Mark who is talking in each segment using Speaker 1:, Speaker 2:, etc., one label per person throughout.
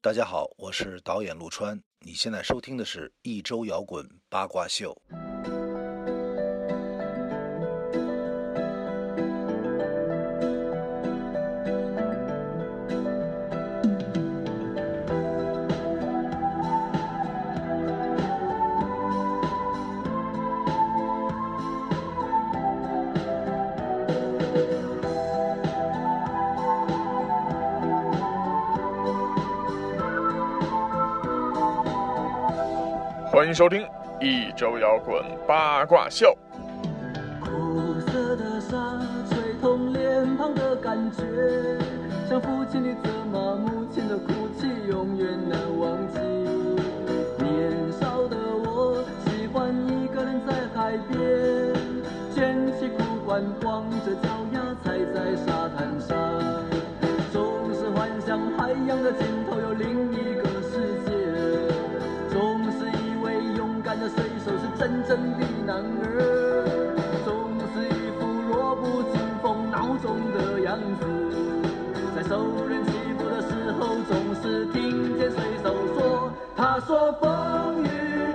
Speaker 1: 大家好，我是导演陆川，你现在收听的是一周摇滚八卦秀。
Speaker 2: 欢迎收听一周摇滚八卦秀。
Speaker 3: 苦涩的沙吹痛脸庞的感觉，像父亲的责骂，母亲的哭泣，永远难忘记。年少的我喜欢一个人在海边，卷起裤管，光着脚丫踩在沙滩上，总是幻想海洋的尽头有另一个世界。总是以为勇敢的水手是真正的男儿，总是一副弱不禁风、孬种的样子，在受人欺负的时候，总是听见水手说：“他说风雨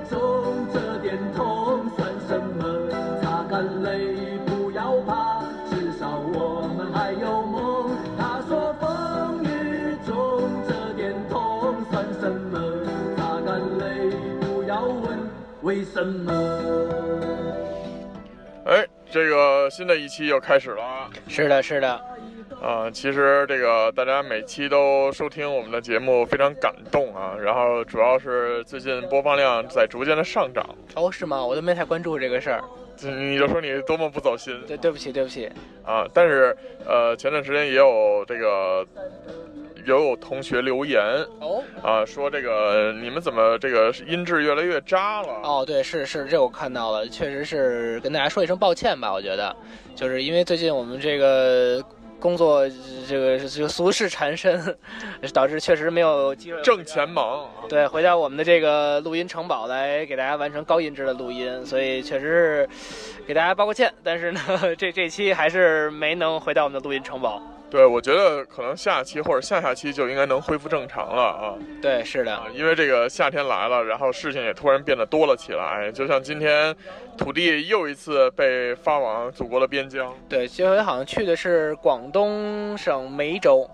Speaker 3: 中这点痛算什么，擦干泪不要怕，至少我们还有梦。”他说风雨中这点痛算什么，擦干泪不要问为什么。
Speaker 2: 哎，这个新的一期又开始了啊！
Speaker 4: 是的，是的，
Speaker 2: 啊、其实这个大家每期都收听我们的节目，非常感动啊。然后主要是最近播放量在逐渐的上涨，
Speaker 4: 哦，是吗？我都没太关注这个事儿。
Speaker 2: 就你就说你多么不走心
Speaker 4: 对，对不起，对不起。
Speaker 2: 啊！但是呃，前段时间也有这个也有同学留言
Speaker 4: 哦，
Speaker 2: 啊，说这个你们怎么这个音质越来越渣了？
Speaker 4: 哦，对，是是，这我看到了，确实是跟大家说一声抱歉吧。我觉得，就是因为最近我们这个工作，这个这个俗事缠身， 导致确实没有机会
Speaker 2: 挣钱忙啊。
Speaker 4: 对，回到我们的这个录音城堡来给大家完成高音质的录音，所以确实是给大家抱个歉。但是呢， 这这期还是没能回到我们的录音城堡。
Speaker 2: 对，我觉得可能下期或者下下期就应该能恢复正常了啊
Speaker 4: 对，是的
Speaker 2: 啊，！因为这个夏天来了，然后事情也突然变得多了起来。就像今天，土地又一次被发往祖国的边疆。
Speaker 4: 对，这回好像去的是广东省梅州，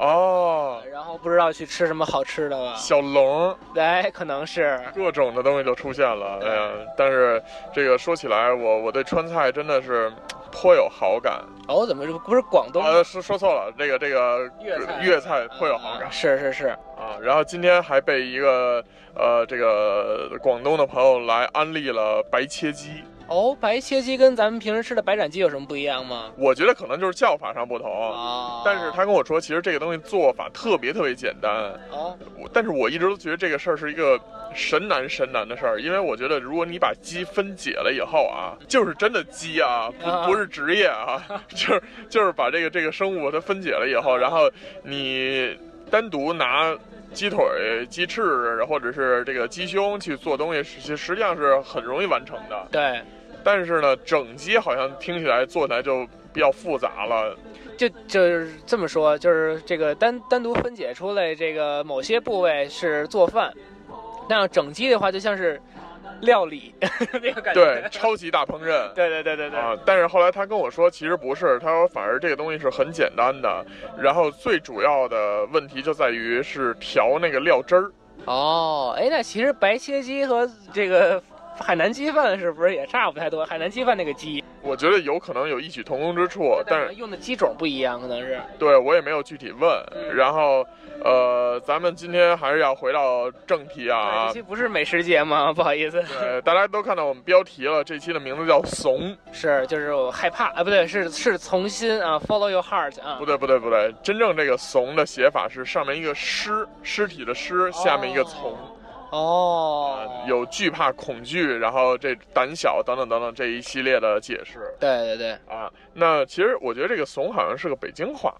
Speaker 2: 哦，
Speaker 4: 然后不知道去吃什么好吃的了。
Speaker 2: 小龙，
Speaker 4: 哎，可能是
Speaker 2: 各种的东西就出现了。哎呀，但是这个说起来，我我对川菜真的是嗯颇有好感。
Speaker 4: 哦，怎么是不是广东
Speaker 2: 啊，是说错了，这个这个
Speaker 4: 粤菜
Speaker 2: 粤菜颇有好感
Speaker 4: 啊。是是是，
Speaker 2: 啊，然后今天还被一个呃这个广东的朋友来安利了白切鸡，
Speaker 4: 哦，白切鸡跟咱们平时吃的白斩鸡有什么不一样吗？
Speaker 2: 我觉得可能就是叫法上不同，
Speaker 4: 啊，
Speaker 2: 哦但是他跟我说，其实这个东西做法特别特别简单，
Speaker 4: 哦，
Speaker 2: 我但是我一直都觉得这个事儿是一个神难神难的事儿，因为我觉得如果你把鸡分解了以后啊，就是真的鸡啊，
Speaker 4: 啊
Speaker 2: 不不是职业啊，就是就是把这个这个生物它分解了以后，然后你单独拿。鸡腿、鸡翅，或者是这个鸡胸去做东西，实实际上是很容易完成的。
Speaker 4: 对，
Speaker 2: 但是呢，整鸡好像听起来做起来就比较复杂了。
Speaker 4: 就就是这么说，就是这个单单独分解出来，这个某些部位是做饭，那样整鸡的话就像是料理 那个感觉。
Speaker 2: 对，超级大烹饪。
Speaker 4: 对对对对对，
Speaker 2: 啊，但是后来他跟我说，其实不是，他说反而这个东西是很简单的，然后最主要的问题就在于是调那个料汁儿。
Speaker 4: 哦，哎，那其实白切鸡和这个海南鸡饭是不是也差不太多？海南鸡饭那个鸡，
Speaker 2: 我觉得有可能有异曲同工之处，哦但
Speaker 4: 是
Speaker 2: 是
Speaker 4: 用的鸡种不一样，可能是。
Speaker 2: 对我也没有具体问。
Speaker 4: 嗯
Speaker 2: 然后，呃，咱们今天还是要回到正题
Speaker 4: 哎
Speaker 2: 啊
Speaker 4: 这。期不是美食节吗？ 不好意思，
Speaker 2: 对，大家都看到我们标题了，这期的名字叫“怂
Speaker 4: 是就是我害怕啊，不对，是是从心啊，follow your heart ”。啊
Speaker 2: 不。对，不对，不对，真正这个“怂”的写法是上面一个“尸”，尸体的“尸”，下面一个“从”。
Speaker 4: 哦
Speaker 2: 啊，，。有惧怕、恐惧，然后这胆小等等等等这一系列的解释
Speaker 4: 对对对，
Speaker 2: 啊。那其实我觉得这个怂好像是个北京话，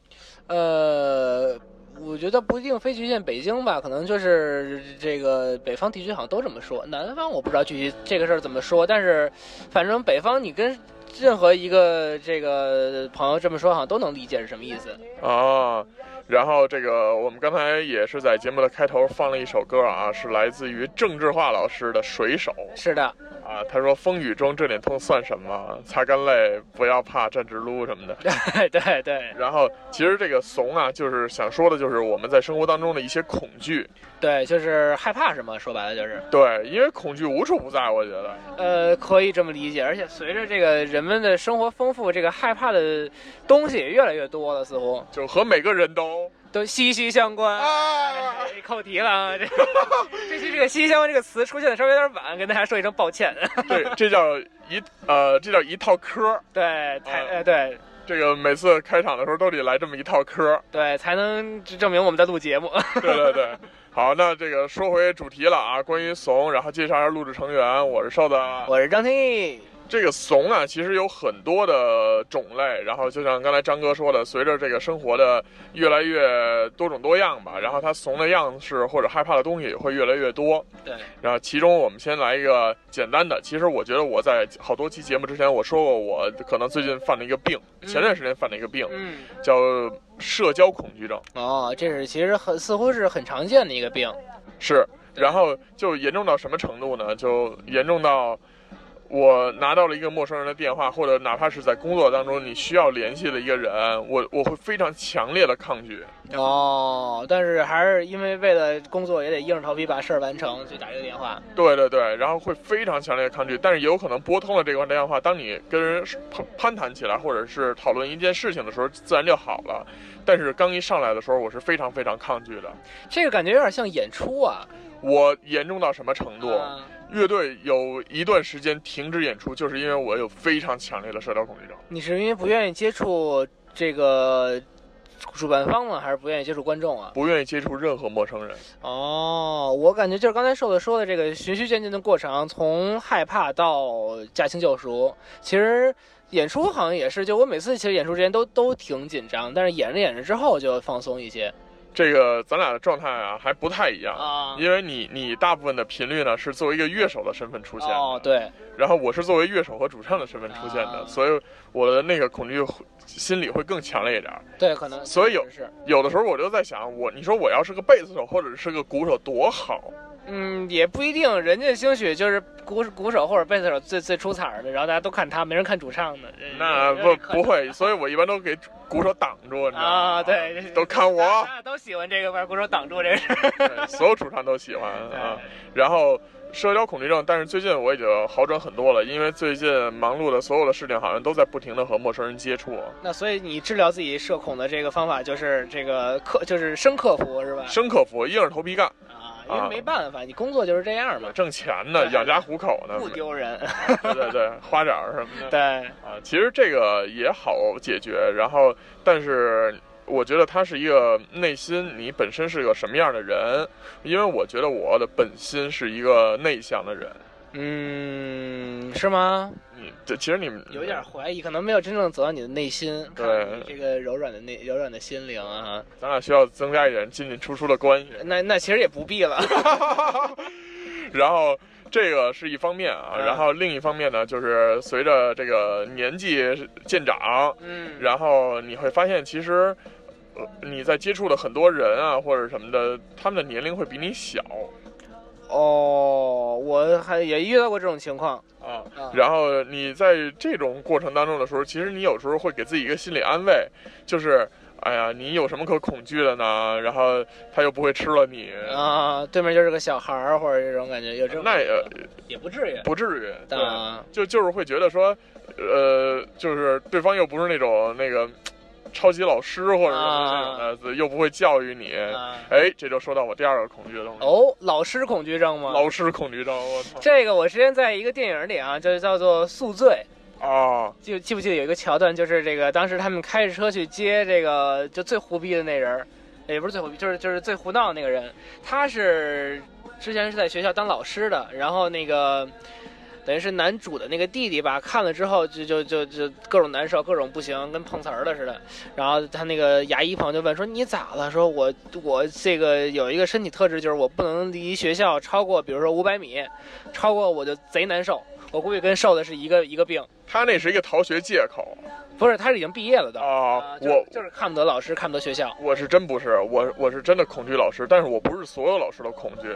Speaker 4: 呃，我觉得不一定非局限北京吧，可能就是这个北方地区好像都这么说，南方我不知道具体这个事儿怎么说，但是反正北方你跟任何一个这个朋友这么说，好像都能理解是什么意思。
Speaker 2: 啊，然后这个我们刚才也是在节目的开头放了一首歌啊，是来自于郑智化老师的《水手
Speaker 4: 是的，》
Speaker 2: 啊，他说风雨中这点痛算什么，擦干泪不要怕站直撸什么的。
Speaker 4: 对对对
Speaker 2: 然后其实这个怂啊，就是想说的就是我们在生活当中的一些恐惧，
Speaker 4: 对，就是害怕什么，说白了就是，
Speaker 2: 对，因为恐惧无处不在，我觉得，
Speaker 4: 呃，可以这么理解。而且随着这个人们的生活丰富，这个害怕的东西也越来越多了，似乎
Speaker 2: 就和每个人都
Speaker 4: 都息息相关。
Speaker 2: 啊，
Speaker 4: 哎扣题了 啊！这这期这个“息息相关”这个词出现的稍微有点晚，跟大家说一声抱歉。
Speaker 2: 这这叫一呃，这叫一套嗑儿。
Speaker 4: 对，才
Speaker 2: 啊
Speaker 4: 呃对
Speaker 2: 这个每次开场的时候都得来这么一套嗑儿。
Speaker 4: 对，才能证明我们在录节目。
Speaker 2: 对对对，好，那这个说回主题了啊，关于怂，然后介绍一下录制成员，我是瘦子。 啊
Speaker 4: 我是张天翼，
Speaker 2: 这个怂啊，其实有很多的种类，然后就像刚才张哥说的，随着这个生活的越来越多种多样吧，然后他怂的样式或者害怕的东西也会越来越多。
Speaker 4: 对，
Speaker 2: 然后其中我们先来一个简单的，其实我觉得我在好多期节目之前我说过，我可能最近犯了一个病，前段时间犯了一个病，
Speaker 4: 嗯，
Speaker 2: 叫社交恐惧症。
Speaker 4: 哦，这是其实很似乎是很常见的一个病，
Speaker 2: 是，然后就严重到什么程度呢？就严重到我拿到了一个陌生人的电话，或者哪怕是在工作当中你需要联系的一个人，我我会非常强烈的抗拒。
Speaker 4: 哦，但是还是因为为了工作也得硬着头皮把事儿完成，就打这个电话。
Speaker 2: 对对对，然后会非常强烈的抗拒，但是也有可能拨通了这个电话，当你跟人攀攀谈起来，或者是讨论一件事情的时候，自然就好了。但是刚一上来的时候，我是非常非常抗拒的。
Speaker 4: 这个感觉有点像演出啊，
Speaker 2: 我严重到什么程度？
Speaker 4: 啊
Speaker 2: 乐队有一段时间停止演出，就是因为我有非常强烈的社交恐惧症。
Speaker 4: 你是因为不愿意接触这个主办方呢，还是不愿意接触观众啊？
Speaker 2: 不愿意接触任何陌生人。
Speaker 4: 哦，我感觉就是刚才瘦子说的这个循序渐进的过程，从害怕到驾轻就熟。其实演出好像也是，就我每次其实演出之前都都挺紧张，但是演着演着之后就放松一些
Speaker 2: 这个咱俩的状态啊还不太一样，
Speaker 4: 啊。
Speaker 2: 因为你你大部分的频率呢是作为一个乐手的身份出现的，
Speaker 4: 哦，，对，
Speaker 2: 然后我是作为乐手和主唱的身份出现的，
Speaker 4: 啊
Speaker 2: 所以我的那个恐惧会心理会更强烈一点。
Speaker 4: 对，可能
Speaker 2: 所以有
Speaker 4: 是，
Speaker 2: 有的时候我就在想，我你说我要是个贝斯手或者是个鼓手多好，
Speaker 4: 嗯，也不一定，人家兴许就是鼓鼓手或者贝斯手最最出彩儿的，然后大家都看他，没人看主唱的。这
Speaker 2: 那
Speaker 4: 有
Speaker 2: 不
Speaker 4: 点可
Speaker 2: 不会，所以我一般都给鼓手挡住，你知道吗？
Speaker 4: 啊，对，
Speaker 2: 都看
Speaker 4: 大
Speaker 2: 我，
Speaker 4: 家都喜欢这个，把鼓手挡住这个事儿。
Speaker 2: 对所有主唱都喜欢啊。然后社交恐惧症，但是最近我已经好转很多了，因为最近忙碌的所有的事情好像都在不停的和陌生人接触，
Speaker 4: 那所以你治疗自己社恐的这个方法就是这个克，就是生克服是吧？
Speaker 2: 生克服，硬着头皮干，
Speaker 4: 啊，因为没办法，你工作就是这样嘛，
Speaker 2: 挣钱呢，
Speaker 4: 对
Speaker 2: 养家糊口呢，
Speaker 4: 不丢人。
Speaker 2: 对对对，花点儿什么的
Speaker 4: 对，
Speaker 2: 啊，其实这个也好解决，然后但是。我觉得他是一个内心，你本身是个什么样的人？因为我觉得我的本心是一个内向的人。
Speaker 4: 嗯，是吗？
Speaker 2: 你这其实你
Speaker 4: 有一点怀疑，可能没有真正走到你的内心，看
Speaker 2: 对
Speaker 4: 你这个柔软的内柔软的心灵啊。
Speaker 2: 咱俩需要增加一点进进出出的 关系。
Speaker 4: 那那其实也不必 了。
Speaker 2: 然后这个是一方面啊，
Speaker 4: 嗯
Speaker 2: 然后另一方面呢，就是随着这个年纪渐长，
Speaker 4: 嗯，
Speaker 2: 然后你会发现其实。呃，你在接触的很多人啊，或者什么的，他们的年龄会比你小
Speaker 4: 哦，我还也遇到过这种情况。
Speaker 2: 啊。
Speaker 4: 啊
Speaker 2: 然后你在这种过程当中的时候，其实你有时候会给自己一个心理安慰，就是，哎呀，你有什么可恐惧的呢？然后他又不会吃了你，
Speaker 4: 啊，对面就是个小孩儿，或者这种感觉，有这种
Speaker 2: 那也
Speaker 4: 也不至于。
Speaker 2: 不至于。对，
Speaker 4: 啊，
Speaker 2: 就就是会觉得说，呃，就是对方又不是那种那个超级老师或者什么这种的，又不会教育你。
Speaker 4: 啊
Speaker 2: 哎，这就说到我第二个恐惧症了，
Speaker 4: 哦，老师恐惧症吗？
Speaker 2: 老师恐惧症。我操
Speaker 4: 这个我之前在一个电影里啊，就是叫做《宿醉》，
Speaker 2: 啊！
Speaker 4: 记记不记得有一个桥段，就是这个当时他们开着车去接这个就最胡逼的那人儿，也不是最胡逼，就是就是最胡闹的那个人，他是之前是在学校当老师的，然后那个。等于是男主的那个弟弟吧，看了之后就就就就各种难受，各种不行，跟碰瓷儿的似的。然后他那个牙医朋友就问说：“你咋了？”说我：“我这个有一个身体特质，就是我不能离学校超过，比如说五百米，超过我就贼难受。我估计跟瘦的是一个一个病，
Speaker 2: 他那是一个逃学借口
Speaker 4: 不是，他是已经毕业了都。
Speaker 2: 啊
Speaker 4: 啊！就是
Speaker 2: 我
Speaker 4: 就是看不得老师，看不得学校，
Speaker 2: 我是真不是，我我是真的恐惧老师，但是我不是所有老师都恐惧，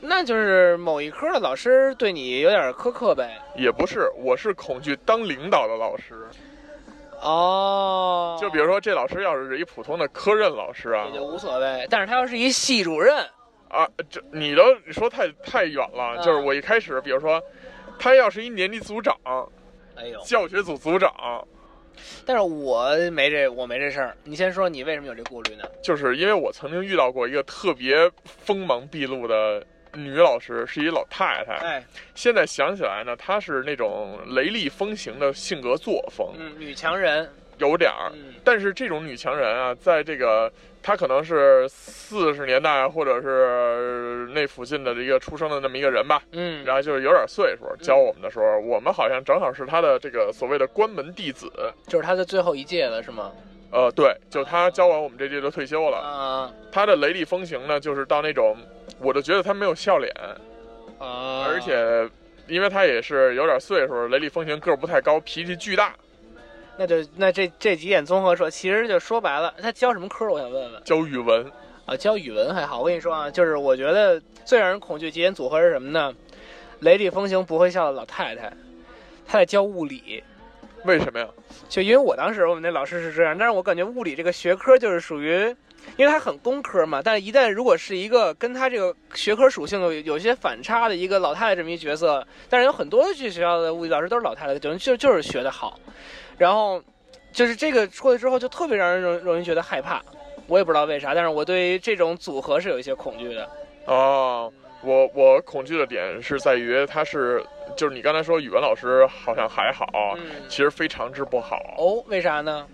Speaker 4: 那就是某一科的老师对你有点苛刻呗。
Speaker 2: 也不是，我是恐惧当领导的老师。
Speaker 4: 哦，
Speaker 2: 就比如说这老师要是一普通的科任老师啊
Speaker 4: 也就无所谓，但是他要是一系主任，
Speaker 2: 啊，这你都你说太太远了，
Speaker 4: 嗯
Speaker 2: 就是我一开始，比如说他要是一年级组长、
Speaker 4: 哎呦，
Speaker 2: 教学组组长，
Speaker 4: 但是我没这我没这事儿。你先说你为什么有这顾虑呢？
Speaker 2: 就是因为我曾经遇到过一个特别锋芒毕露的女老师，是一老太太。
Speaker 4: 哎，
Speaker 2: 现在想起来呢，她是那种雷厉风行的性格作风，
Speaker 4: 嗯，女强人，
Speaker 2: 有点儿。
Speaker 4: 嗯
Speaker 2: 但是这种女强人啊，在这个她可能是四十年代或者是那附近的一个出生的那么一个人吧，
Speaker 4: 嗯，
Speaker 2: 然后就是有点岁数，教我们的时候，我们好像正好是她的这个所谓的关门弟子。
Speaker 4: 就是他的最后一届了，是吗？
Speaker 2: 呃，对，就她教完我们这届就退休了。
Speaker 4: 啊
Speaker 2: 她的雷厉风行呢，就是到那种，我就觉得她没有笑脸，
Speaker 4: 啊，
Speaker 2: 而且因为她也是有点岁数，雷厉风行，个儿不太高，脾气巨大。
Speaker 4: 那就那这这几点综合说，其实就说白了，他教什么科儿？我想问问
Speaker 2: 教语文，
Speaker 4: 啊，教语文还好。我跟你说啊，就是我觉得最让人恐惧极点组合是什么呢？雷厉风行不会笑的老太太，她在教物理。
Speaker 2: 为什么呀？
Speaker 4: 就因为我当时我们那老师是这样，但是我感觉物理这个学科就是属于，因为它很工科嘛，但是一旦如果是一个跟它这个学科属性有有些反差的一个老太太这么一角色，但是有很多去学校的物理老师都是老太太，就就就是学的好，然后就是这个出来之后就特别让人容容易觉得害怕，我也不知道为啥，但是我对于这种组合是有一些恐惧的。
Speaker 2: 哦，我我恐惧的点是在于他是，就是你刚才说语文老师好像还好，
Speaker 4: 嗯，
Speaker 2: 其实非常之不好。
Speaker 4: 哦，为啥呢？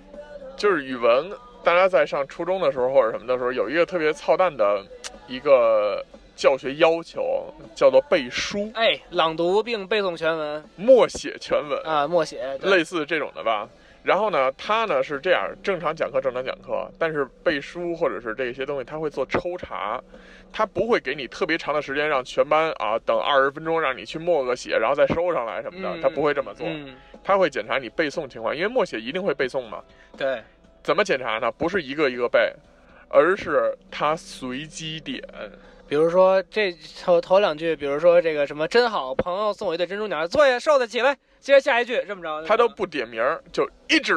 Speaker 2: 就是语文，大家在上初中的时候或者什么的时候，有一个特别操蛋的一个教学要求，叫做背书、
Speaker 4: 哎，朗读并背诵全文
Speaker 2: 默写全文，
Speaker 4: 啊，默写，对
Speaker 2: 类似这种的吧。然后呢，他呢是这样，正常讲课正常讲课，但是背书或者是这些东西，他会做抽查，他不会给你特别长的时间让全班啊等二十分钟让你去默个写，然后再收上来什么的，
Speaker 4: 嗯
Speaker 2: 他不会这么做，
Speaker 4: 嗯，
Speaker 2: 他会检查你背诵情况，因为默写一定会背诵嘛。
Speaker 4: 对。
Speaker 2: 怎么检查呢？不是一个一个背，而是他随机点。
Speaker 4: 比如说这头头两句，比如说这个什么真好，朋友送我一对珍珠鸟，坐下，瘦子起来，接着下一句，这么着。
Speaker 2: 他都不点名儿，就一指，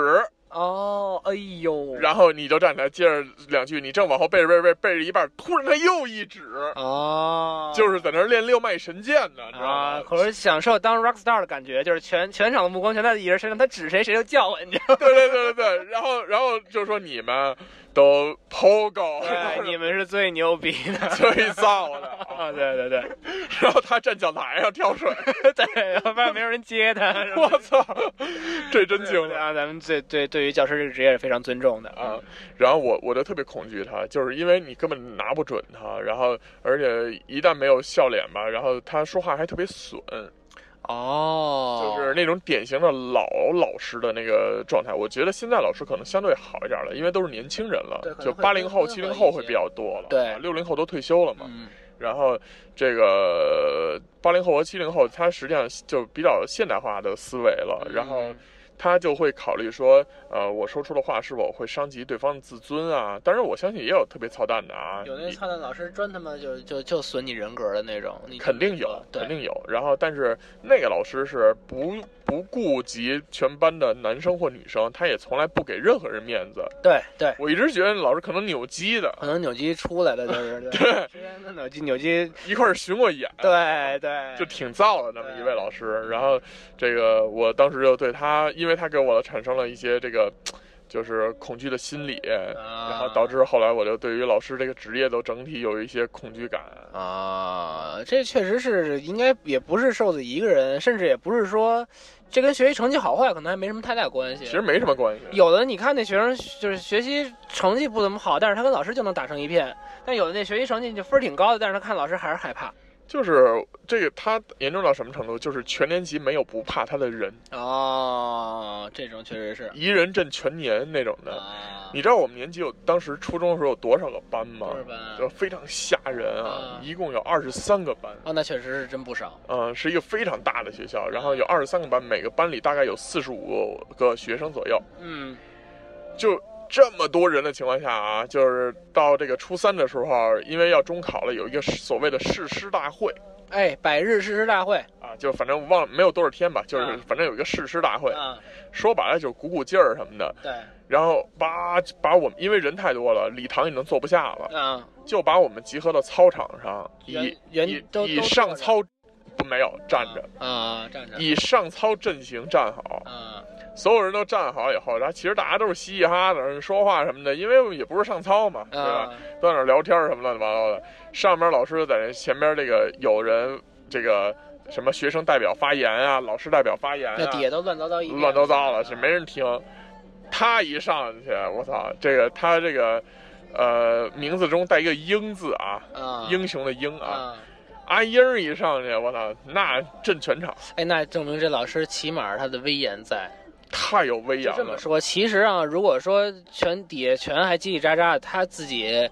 Speaker 4: 哦，哎呦，
Speaker 2: 然后你就站起来接着两句，你正往后背着背着背着背着一半，突然他又一指，
Speaker 4: 哦，
Speaker 2: 就是在那儿练六脉神剑呢，你知道
Speaker 4: 啊
Speaker 2: 吗，？
Speaker 4: 可是享受当 rock star 的感觉，就是全全场的目光全在一人身上，他指谁谁就叫唤，你知道吗？
Speaker 2: 对对对对对，然后然后就说你们都啊 POGO，
Speaker 4: 对，哎你们是最牛逼的。
Speaker 2: 最燥的
Speaker 4: 啊，
Speaker 2: 啊，
Speaker 4: 对对对
Speaker 2: 然后他站讲台上跳水，
Speaker 4: 对，发现没有人接他。是 吧
Speaker 2: 我操，这真
Speaker 4: 对
Speaker 2: 惊了。
Speaker 4: 啊！咱们对对对于教师这个职业是非常尊重的
Speaker 2: 啊，然后我我就特别恐惧他，就是因为你根本拿不准他，然后而且一旦没有笑脸吧，然后他说话还特别损，
Speaker 4: 哦，
Speaker 2: 就是那种典型的老老师的那个状态。我觉得现在老师可能相对好一点了，因为都是年轻人了
Speaker 4: 对可，能
Speaker 2: 就
Speaker 4: 会
Speaker 2: 八零后、
Speaker 4: 更
Speaker 2: 七
Speaker 4: 温和
Speaker 2: 零后
Speaker 4: 一
Speaker 2: 会
Speaker 4: 些
Speaker 2: 比较多了，啊
Speaker 4: 对
Speaker 2: 六零后都退休了嘛。
Speaker 4: 嗯
Speaker 2: 然后这个八零后和七零后，他实际上就比较现代化的思维
Speaker 4: 嗯
Speaker 2: 了，然后他就会考虑说，呃，我说出的话是否会伤及对方的自尊啊？当然，我相信也有特别操蛋的啊，
Speaker 4: 有那
Speaker 2: 你
Speaker 4: 操蛋老师专他妈就就就损你人格的那种，你啊
Speaker 2: 肯定有，
Speaker 4: 对
Speaker 2: 肯定有。然后，但是那个老师是不不顾及全班的男生或女生，他也从来不给任何人面子。
Speaker 4: 对对，
Speaker 2: 我一直觉得老师可能扭机的，
Speaker 4: 可能扭机出来的就是 对，之前的扭机扭机，
Speaker 2: 一块儿寻过眼，
Speaker 4: 对对，
Speaker 2: 就挺燥的那
Speaker 4: 啊
Speaker 2: 么一位老
Speaker 4: 嗯
Speaker 2: 师。然后，这个我当时就对他，因为他给我产生了一些这个。就是恐惧的心理，然
Speaker 4: 然
Speaker 2: 后导致后来我就对于老师这个职业都整体有一些恐惧感。
Speaker 4: 啊，这确实是应该也不是瘦子一个人，甚至也不是说这跟学习成绩好坏可能还没什么太大关系。
Speaker 2: 其实没什么关系，
Speaker 4: 有的你看那学生就是学习成绩不怎么好，但是他跟老师就能打成一片；但有的那学习成绩就分儿挺高的，但是他看老师还是害怕。
Speaker 2: 就是这个，他严重到什么程度？就是全年级没有不怕他的人，
Speaker 4: 哦，这种确实是
Speaker 2: 一人震全年那种的。
Speaker 4: 啊，
Speaker 2: 嗯你知道我们年级有当时初中的时候有多少个班吗
Speaker 4: 多少？班啊
Speaker 2: 就非常吓人啊
Speaker 4: 啊，
Speaker 2: 一共有二十三个班，
Speaker 4: 哦，那确实是真不少。
Speaker 2: 嗯，是一个非常大的学校，然后有二十三个班，每个班里大概有四十五个学生左右，
Speaker 4: 嗯，
Speaker 2: 就。这么多人的情况下啊，就是到这个初三的时候，因为要中考了，有一个所谓的誓师大会
Speaker 4: 哎，百日誓师大会
Speaker 2: 啊，就反正忘了没有多少天吧，就是
Speaker 4: 啊
Speaker 2: 反正有一个誓师大会，
Speaker 4: 啊，
Speaker 2: 说白了就是鼓鼓劲儿什么的，
Speaker 4: 对
Speaker 2: 然后把把我们因为人太多了，礼堂已经坐不下了，
Speaker 4: 啊，
Speaker 2: 就把我们集合到操场上，
Speaker 4: 原
Speaker 2: 以
Speaker 4: 原
Speaker 2: 以
Speaker 4: 都
Speaker 2: 以
Speaker 4: 都
Speaker 2: 上
Speaker 4: 坐
Speaker 2: 操不没有站着，
Speaker 4: 啊，站着
Speaker 2: 以上操阵型站好，
Speaker 4: 啊，
Speaker 2: 所有人都站好以后，然后其实大家都是嘻嘻哈哈的说话什么的，因为也不是上操嘛，对吧？
Speaker 4: 啊
Speaker 2: 都在那儿聊天儿什么乱七八糟的，上面老师在那前边这个有人这个什么学生代表发言啊，老师代表发言啊，
Speaker 4: 那底下都乱糟糟一片
Speaker 2: 乱糟糟了，
Speaker 4: 啊
Speaker 2: 是没人听。他一上去，我操，这个他这个，呃，名字中带一个英字啊，
Speaker 4: 啊
Speaker 2: 英雄的英啊，
Speaker 4: 啊，
Speaker 2: 阿英儿一上去，我操，那震全场，
Speaker 4: 哎，那证明这老师起码他的威严在。
Speaker 2: 太有威
Speaker 4: 就
Speaker 2: 严
Speaker 4: 这
Speaker 2: 了
Speaker 4: 么。说，其实啊，如果说全底下全还叽叽喳喳，他自己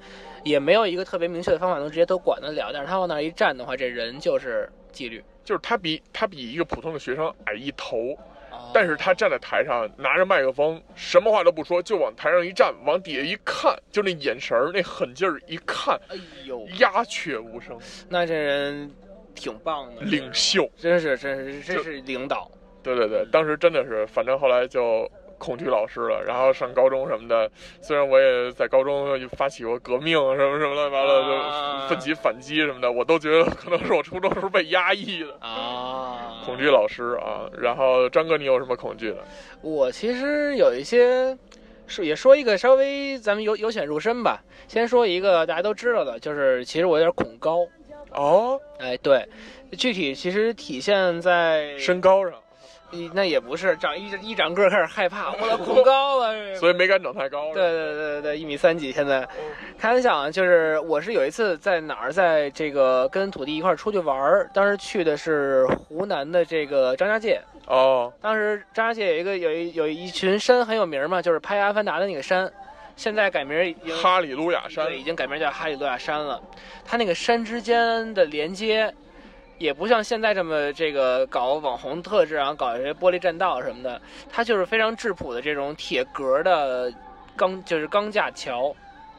Speaker 4: 也没有一个特别明确的方法能直接都管得了，但是他往那儿一站的话，这人就是纪律。
Speaker 2: 就是他比他比一个普通的学生矮一头，
Speaker 4: 哦
Speaker 2: 但是他站在台上拿着麦克风，什么话都不说，就往台上一站，往底下一看，就那眼神儿，那狠劲儿，一看
Speaker 4: 哎呦，
Speaker 2: 鸦雀无声，
Speaker 4: 那这人挺棒的，
Speaker 2: 领袖。
Speaker 4: 真是真是这
Speaker 2: 就是
Speaker 4: 领导。
Speaker 2: 对对对，当时真的是，反正后来就恐惧老师了。然后上高中什么的，虽然我也在高中发起过革命什么什么乱七八糟的，就
Speaker 4: 啊
Speaker 2: 奋起反击什么的，我都觉得可能是我初中时候被压抑的
Speaker 4: 啊，
Speaker 2: 恐惧老师啊。然后张哥，你有什么恐惧的？
Speaker 4: 我其实有一些，说也说一个稍微咱们由由浅入深吧。先说一个大家都知道的，就是其实我有点恐高。
Speaker 2: 哦，
Speaker 4: 哎，对，具体其实体现在
Speaker 2: 身高上，
Speaker 4: 一那也不是长一一长个儿开始 害怕，我的恐高了。这个
Speaker 2: 所以哦没敢长太高。
Speaker 4: 对，对对对对，一米三几现在，开玩笑啊，就是我是有一次在哪儿，在这个跟土地一块儿出去玩儿，当时去的是湖南的这个张家界，
Speaker 2: 哦，
Speaker 4: 当时张家界有一个有一有一群山很有名嘛，就是拍《阿凡达》的那个山，现在改名儿已经
Speaker 2: 哈利路亚山
Speaker 4: 对，已经改名叫哈利路亚山了。它那个山之间的连接，也不像现在这么这个搞网红特质啊，然后搞一些玻璃栈道什么的，它就是非常质朴的这种铁格的钢，就是钢架桥。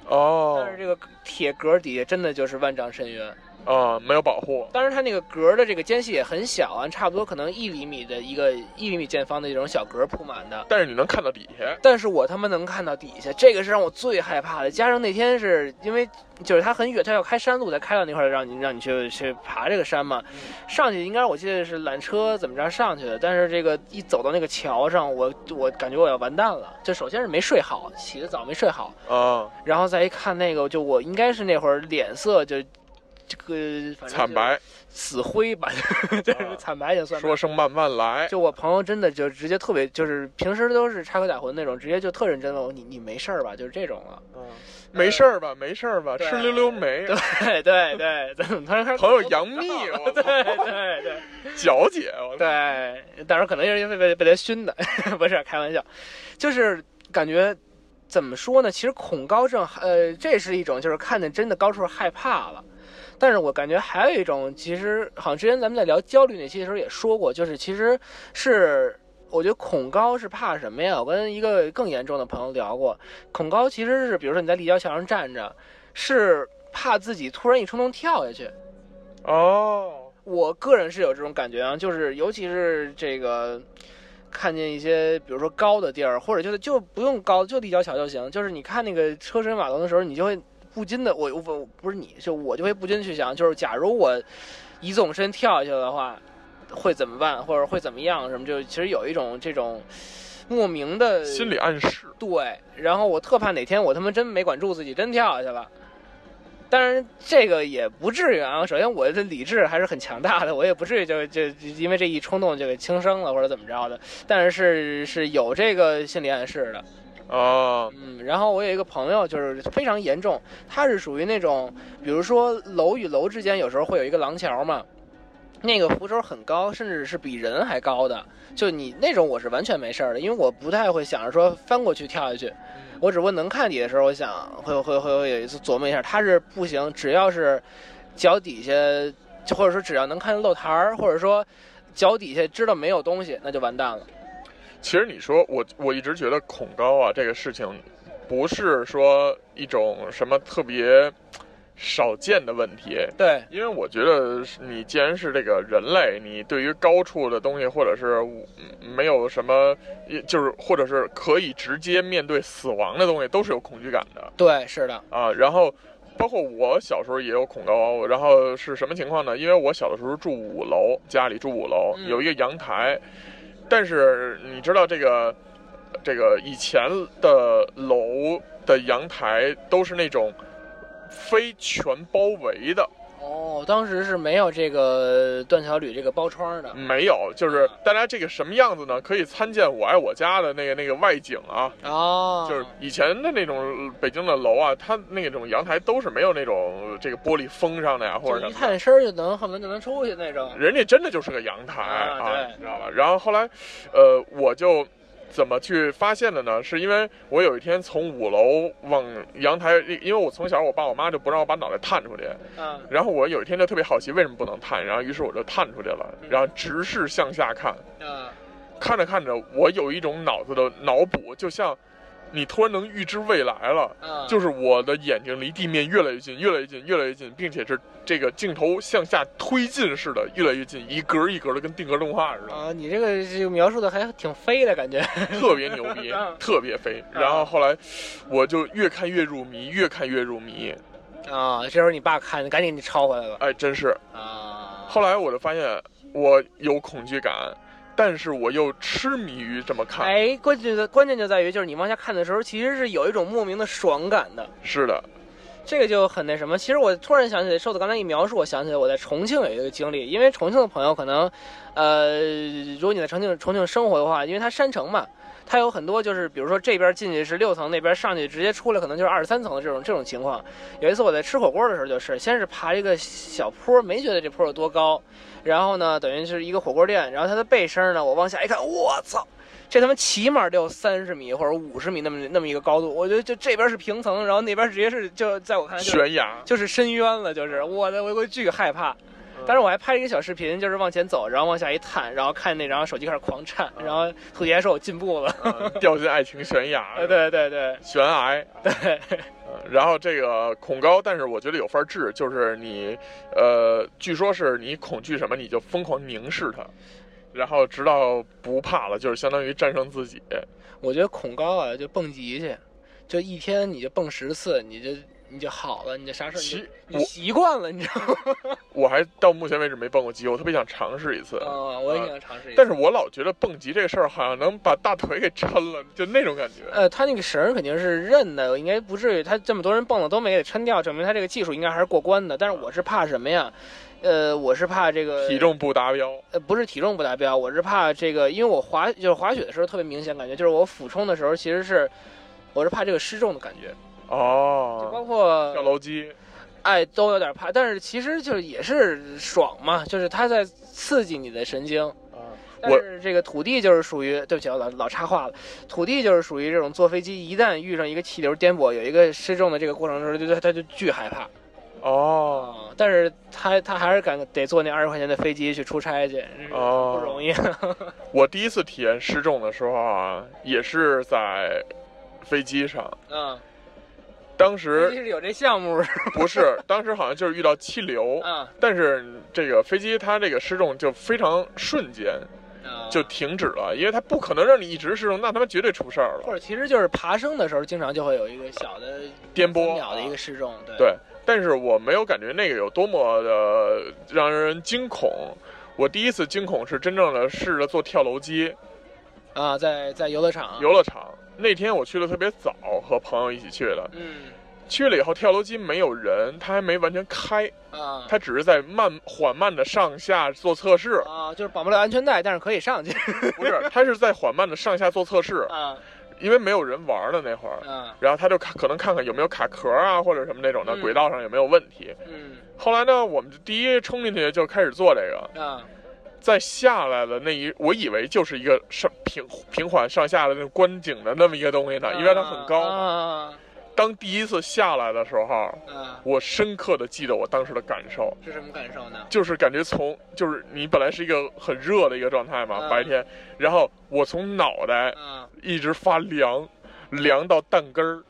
Speaker 2: 哦
Speaker 4: 但是这个铁格底下真的就是万丈深渊。
Speaker 2: 啊，没有保护，
Speaker 4: 当然，它那个格的这个间隙也很小啊，差不多可能一厘米的一个一厘米见方的这种小格铺满的。
Speaker 2: 但是你能看到底下。
Speaker 4: 但是我他妈能看到底下，这个是让我最害怕的。加上那天是因为就是它很远，它要开山路才开到那块儿，让你让你去去爬这个山嘛。上去应该我记得是缆车怎么着上去的，但是这个一走到那个桥上，我我感觉我要完蛋了。就首先是没睡好，起得早没睡好，
Speaker 2: 啊，
Speaker 4: 然后再一看那个，就我应该是那会儿脸色就这个反正就
Speaker 2: 惨白，啊
Speaker 4: 死灰吧， 就是惨白也算吧
Speaker 2: 说声慢慢 来。
Speaker 4: 就我朋友真的就直接特别，就是平时都是插科打诨那种，直接就特认真问我你你没事儿吧？就是这种了。
Speaker 2: 没事儿吧，没事儿吧，
Speaker 4: 嗯对
Speaker 2: 吃溜溜梅。
Speaker 4: 对对对，咱们突然开始
Speaker 2: 朋友杨幂，我操，
Speaker 4: 对对对
Speaker 2: 娇姐，我操，
Speaker 4: 对，但是可能也是因为被被他熏的， 不是开玩笑，就是感觉怎么说呢？其实恐高症，呃，这是一种就是看见真的高处害怕了。但是我感觉还有一种，其实好像之前咱们在聊焦虑那期的时候也说过，就是其实是我觉得恐高是怕什么呀？我跟一个更严重的朋友聊过，恐高其实是比如说你在立交桥上站着，是怕自己突然一冲动跳下去。
Speaker 2: 哦，
Speaker 4: 我个人是有这种感觉啊，就是尤其是这个看见一些，比如说高的地儿，或者就是就不用高，就立交桥就行。就是你看那个车水马龙的时候，你就会不禁的，我我我不是你，就我就会不禁去想，就是假如我一纵身跳下去的话，会怎么办，或者会怎么样什么？就其实有一种这种莫名的
Speaker 2: 心理暗示，
Speaker 4: 对，然后我特怕哪天我他妈真没管住自己，真跳下去了。当然，这个也不至于啊。首先，我的理智还是很强大的，我也不至于就就就因为这一冲动就给轻生了或者怎么着的。但是是有这个心理暗示的。
Speaker 2: 啊，
Speaker 4: 嗯，然后我有一个朋友就是非常严重，他是属于那种，比如说楼与楼之间有时候会有一个廊桥嘛，那个扶手很高，甚至是比人还高的，就你那种我是完全没事儿的，因为我不太会想着说翻过去跳下去，我只不过能看底的时候，我想会会会会有一次琢磨一下，他是不行，只要是脚底下，就或者说只要能看见露台儿，或者说脚底下知道没有东西，那就完蛋了。
Speaker 2: 其实你说我，我一直觉得恐高啊这个事情，不是说一种什么特别少见的问题，
Speaker 4: 对，
Speaker 2: 因为我觉得是你既然是这个人类，你对于高处的东西或者是嗯没有什么，也就是或者是可以直接面对死亡的东西，都是有恐惧感的。
Speaker 4: 对，是的，
Speaker 2: 啊，然后包括我小时候也有恐高，然后是什么情况呢？因为我小的时候住五楼，家里住五楼，
Speaker 4: 嗯
Speaker 2: 有一个阳台，但是你知道这个这个以前的楼的阳台都是那种非全包围的，
Speaker 4: 哦，当时是没有这个断桥铝这个包窗的。
Speaker 2: 没有，就是大家这个什么样子呢？可以参见《我爱我家》的那个那个外景啊，
Speaker 4: 哦，
Speaker 2: 就是以前的那种北京的楼啊，它那种阳台都是没有那种这个玻璃封上的呀，或者
Speaker 4: 就
Speaker 2: 什
Speaker 4: 一
Speaker 2: 么的。
Speaker 4: 探身儿就能恨不得就能出去那种。
Speaker 2: 人家真的就是个阳台
Speaker 4: 啊对
Speaker 2: 你知道吧？然后后来，呃，我就怎么去发现的呢？是因为我有一天从五楼往阳台，因为我从小我爸我妈就不让我把脑袋探出去，
Speaker 4: 嗯，
Speaker 2: 然后我有一天就特别好奇为什么不能探，然后于是我就探出去了，然后直视向下看，
Speaker 4: 嗯
Speaker 2: 看着看着，我有一种脑子的脑补，就像你突然能预知未来了。
Speaker 4: 嗯，
Speaker 2: 就是我的眼睛离地面越来越近，越来越近，越来越近，并且是这个镜头向下推进似的，越来越近，一格一格的，跟定格动画 似的，
Speaker 4: 啊，你这个这个描述的还挺飞的感觉。
Speaker 2: 特别牛 逼
Speaker 4: 嗯，
Speaker 2: 特别飞。
Speaker 4: 嗯
Speaker 2: 然后后来我就越看越入迷，越看越入迷，
Speaker 4: 啊，这时候你爸看，赶紧你抄回来吧。
Speaker 2: 哎，真是。
Speaker 4: 啊，
Speaker 2: 后来我就发现我有恐惧感，但是我又痴迷于这么看。
Speaker 4: 哎，关键的关键就在于，就是你往下看的时候，其实是有一种莫名的爽感的，
Speaker 2: 是的，
Speaker 4: 这个就很那什么。其实我突然想起来，瘦子刚才一描述，我想起来我在重庆有一个经历，因为重庆的朋友可能，呃，如果你在重庆重庆生活的话，因为它山城嘛，它有很多就是，比如说这边进去是六层，那边上去直接出来可能就是二十三层的这种这种情况。有一次我在吃火锅的时候，就是先是爬一个小坡，没觉得这坡有多高，然后呢，等于是一个火锅店，然后它的背身呢，我往下一看，我操！这他妈起码得有三十米或者五十米那么那么一个高度，我觉得就这边是平层，然后那边直接是就在我看来就是
Speaker 2: 悬崖。
Speaker 4: 就是深渊了，就是我的，我我巨害怕。当时我还拍了一个小视频，就是往前走，然后往下一探，然后看那，然后手机开始狂颤，
Speaker 2: 嗯
Speaker 4: 然后土爷说我进步了。
Speaker 2: 嗯掉进爱情悬崖。
Speaker 4: 呃， 对对对
Speaker 2: 悬崖。
Speaker 4: 对，
Speaker 2: 嗯然后这个恐高，但是我觉得有法治，就是你，呃，据说是你恐惧什么，你就疯狂凝视它，然后直到不怕了，就是相当于战胜自己。
Speaker 4: 我觉得恐高啊，就蹦极去，就一天你就蹦十次，你就你就好了，你就啥事儿你
Speaker 2: 其
Speaker 4: 就你习惯了，你知道吗？
Speaker 2: 我还到目前为止没蹦过极，我特别想尝试一次，
Speaker 4: 啊，我也想尝试一下。
Speaker 2: 但是我老觉得蹦极这个事儿好像能把大腿给抻了，就那种感觉。
Speaker 4: 呃，他那个绳儿肯定是韧的，应该不至于。他这么多人蹦了都没给抻掉，证明他这个技术应该还是过关的。但是我是怕什么呀？呃，我是怕这个
Speaker 2: 体重不达标，
Speaker 4: 呃，不是体重不达标，我是怕这个，因为我滑就是滑雪的时候特别明显感觉，就是我俯冲的时候其实是，我是怕这个失重的感觉，就包
Speaker 2: 哦，跳
Speaker 4: 括
Speaker 2: 楼机，
Speaker 4: 哎都有点怕，但是其实就是也是爽嘛，就是它在刺激你的神经。但
Speaker 2: 我
Speaker 4: 是这个土地就是属于，对不起，我老老插话了。土地就是属于这种坐飞机，一旦遇上一个气流颠簸，有一个失重的这个过程的时候，就他他就巨害怕。
Speaker 2: 哦，
Speaker 4: 啊！但是他他还是敢得坐那二十块钱的飞机去出差去，
Speaker 2: 哦
Speaker 4: 不容易。
Speaker 2: 我第一次体验失重的时候啊，也是在飞机上，
Speaker 4: 嗯，
Speaker 2: 当
Speaker 4: 飞
Speaker 2: 时
Speaker 4: 机是有这项目
Speaker 2: 不是， 当时好像就是遇到气流，
Speaker 4: 啊，
Speaker 2: 但是这个飞机它这个失重就非常瞬间
Speaker 4: 啊
Speaker 2: 就停止了，因为它不可能让你一直失重，那他妈绝对出事儿
Speaker 4: 或
Speaker 2: 了。
Speaker 4: 者其实就是爬升的时候，经常就会有一个小的
Speaker 2: 颠簸
Speaker 4: 三秒的一个失重，对
Speaker 2: 对，但是我没有感觉那个有多么的让人惊恐。我第一次惊恐是真正的试着坐跳楼机，
Speaker 4: 啊，在在游乐场，
Speaker 2: 游乐场那天我去的特别早，和朋友一起去的。
Speaker 4: 嗯
Speaker 2: 去了以后，跳楼机没有人，它还没完全开，
Speaker 4: 啊
Speaker 2: 它只是在慢缓慢的上下做测 试。
Speaker 4: 啊，就是绑不了安全带，但是可以上去
Speaker 2: 不是，他是在缓慢的上下做测试，
Speaker 4: 啊
Speaker 2: 因为没有人玩了那会儿，
Speaker 4: 嗯
Speaker 2: 然后他就看可能看看有没有卡壳啊或者什么那种的
Speaker 4: 嗯
Speaker 2: 轨道上有没有问题。
Speaker 4: 嗯
Speaker 2: 后来呢，我们就第一冲进去就开始做这个，
Speaker 4: 啊
Speaker 2: 在下来的那一，我以为就是一个上平平缓上下的那种观景的啊那么一个东西呢，因为它很高嘛。
Speaker 4: 啊
Speaker 2: 当第一次下来的时候，
Speaker 4: 啊啊！
Speaker 2: 我深刻的记得我当时的感受，
Speaker 4: 是什么感受呢？
Speaker 2: 就是感觉从就是你本来是一个很热的一个状态嘛，
Speaker 4: 嗯
Speaker 2: 白天，然后我从脑袋
Speaker 4: 嗯，
Speaker 2: 一直发凉，凉到蛋根 儿，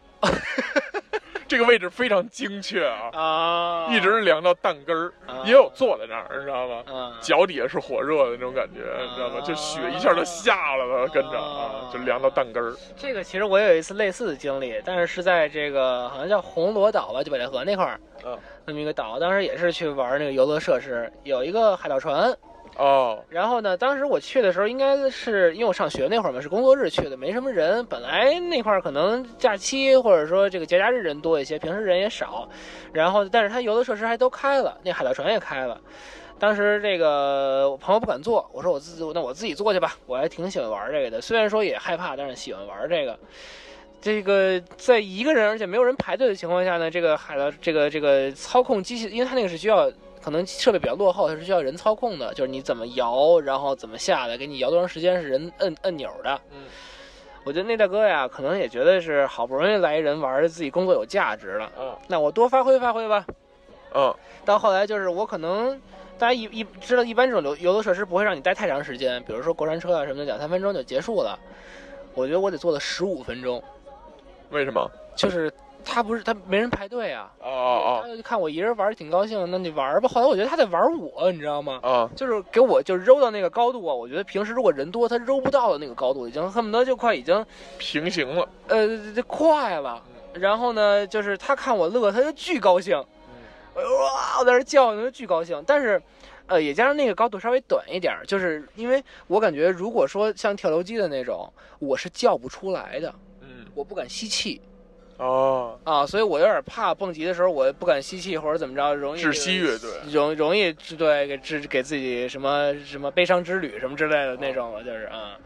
Speaker 2: 这个位置非常精确啊，
Speaker 4: 啊，
Speaker 2: 一直凉到蛋根儿，
Speaker 4: 啊
Speaker 2: 因为我坐在那儿，你知道吗？
Speaker 4: 嗯
Speaker 2: 脚底下是火热的那种感觉，你知道吗？就雪一下就下来了，跟着啊
Speaker 4: 啊，
Speaker 2: 就凉到蛋根儿。
Speaker 4: 这个其实我有一次类似的经历，但是是在这个好像叫红罗岛吧，就北戴河那块儿，
Speaker 2: 嗯，
Speaker 4: 那么一个岛，当时也是去玩那个游乐设施，有一个海盗船。
Speaker 2: 哦，
Speaker 4: 然后呢，当时我去的时候，应该是因为我上学那会儿嘛，是工作日去的，没什么人。本来那块儿可能假期或者说这个节假日人多一些，平时人也少。然后，但是它游乐设施还都开了，那海盗船也开了。当时这个我朋友不敢坐，我说我自那我自己坐去吧，我还挺喜欢玩这个的，虽然说也害怕，但是喜欢玩这个。这个在一个人而且没有人排队的情况下呢，这个海盗这个这个操控机器，因为它那个是需要可能设备比较落后，它是需要人操控的，就是你怎么摇，然后怎么下来，给你摇多长时间是人摁按钮的。
Speaker 2: 嗯，
Speaker 4: 我觉得那大哥呀，可能也觉得是好不容易来一人玩儿，自己工作有价值了，
Speaker 2: 嗯
Speaker 4: 那我多发挥发挥吧。
Speaker 2: 嗯
Speaker 4: 到后来就是我可能大家一一知道，一般这种游游乐设施不会让你待太长时间，比如说过山车啊什么的，两三分钟就结束了。我觉得我得做了十五分钟，
Speaker 2: 为什么？
Speaker 4: 就是他不是他没人排队啊。
Speaker 2: 哦哦
Speaker 4: 他就看我一人玩儿挺高兴，那你玩儿吧。后来我觉得他在玩儿我，你知道吗
Speaker 2: 哦？哦，
Speaker 4: 就是给我就是揉到那个高度啊，我觉得平时如果人多，他揉不到的那个高度，已经恨不得就快已经
Speaker 2: 平行了。嗯
Speaker 4: 呃这快了。然后呢，就是他看我乐，他就巨高兴，哎呦哇，我在这叫，他就巨高兴。但是，呃，也加上那个高度稍微短一点儿，就是因为我感觉如果说像跳楼机的那种，我是叫不出来的，
Speaker 2: 嗯，
Speaker 4: 我不敢吸气
Speaker 2: 哦，
Speaker 4: 啊，所以我有点怕蹦极的时候我不敢吸气或者怎么着，容易
Speaker 2: 窒息乐队。
Speaker 4: 容容易对给治给自己什么什么悲伤之旅什么之类的那种了，就是啊，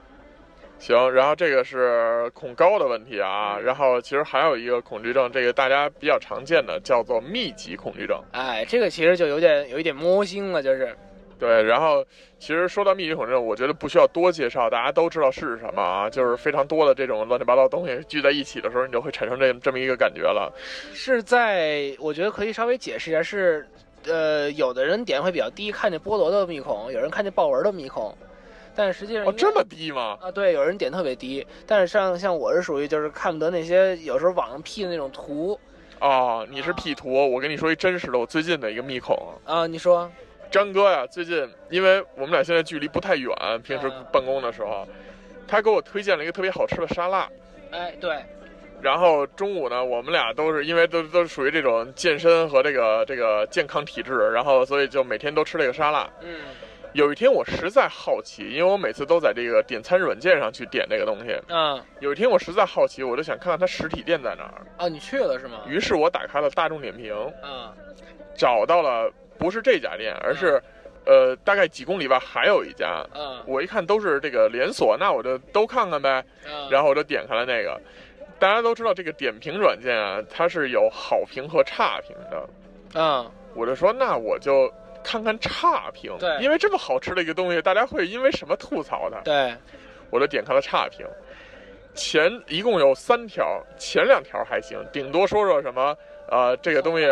Speaker 2: 行，然后这个是恐高的问题啊，然后其实还有一个恐惧症，这个大家比较常见的叫做密集恐惧症。
Speaker 4: 哎，这个其实就有点有一点摸心了，就是
Speaker 2: 对，然后其实说到密集恐惧症，我觉得不需要多介绍，大家都知道是什么啊，就是非常多的这种乱七八糟的东西聚在一起的时候，你就会产生这这么一个感觉了。
Speaker 4: 是在我觉得可以稍微解释一下，是呃，有的人点会比较低，看见菠萝的密孔，有人看见豹纹的密孔，但实际上
Speaker 2: 哦，
Speaker 4: 因为
Speaker 2: 这么低吗？
Speaker 4: 啊，对，有人点特别低，但是像像我是属于就是看不得那些有时候网上 P 的那种图
Speaker 2: 哦，你是 P 图，我跟你说一真实的，我最近的一个密孔。
Speaker 4: 啊，你说
Speaker 2: 张哥呀，最近因为我们俩现在距离不太远，平时
Speaker 4: 嗯
Speaker 2: 办公的时候，他给我推荐了一个特别好吃的沙拉。
Speaker 4: 哎对，
Speaker 2: 然后中午呢，我们俩都是因为都都是属于这种健身和这个这个健康体质，然后所以就每天都吃这个沙拉。
Speaker 4: 嗯
Speaker 2: 有一天我实在好奇，因为我每次都在这个点餐软件上去点这个东西。
Speaker 4: 啊
Speaker 2: 有一天我实在好奇，我就想看看它实体店在哪儿。
Speaker 4: 啊，你去了是吗？
Speaker 2: 于是我打开了大众点评，
Speaker 4: 啊
Speaker 2: 找到了不是这家店，而是，呃，大概几公里外还有一家。
Speaker 4: 啊
Speaker 2: 我一看都是这个连锁，那我就都看看呗。
Speaker 4: 啊，
Speaker 2: 然后我就点开了那个。大家都知道这个点评软件啊，它是有好评和差评的。
Speaker 4: 啊
Speaker 2: 我就说，那我就看看差评，
Speaker 4: 对
Speaker 2: 因为这么好吃的一个东西，大家会因为什么吐槽它？
Speaker 4: 对
Speaker 2: 我就点开了差评。前一共有三条，前两条还行，顶多说说什么呃这个东西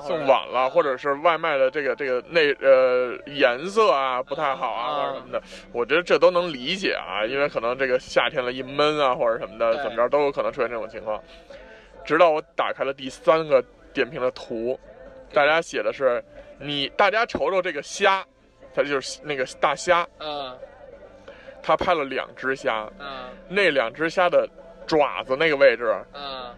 Speaker 2: 送
Speaker 4: 送
Speaker 2: 晚了，或者啊是外卖的这个这个内呃颜色啊不太好
Speaker 4: 啊
Speaker 2: 啊，或者什么的，我觉得这都能理解啊，因为可能这个夏天了一闷啊或者什么的，
Speaker 4: 对
Speaker 2: 怎么着都有可能出现这种情况。直到我打开了第三个点评的图，大家写的是你大家瞅瞅这个虾，它就是那个大虾，
Speaker 4: 啊
Speaker 2: 它拍了两只虾，
Speaker 4: 啊
Speaker 2: 那两只虾的爪子那个位置
Speaker 4: 啊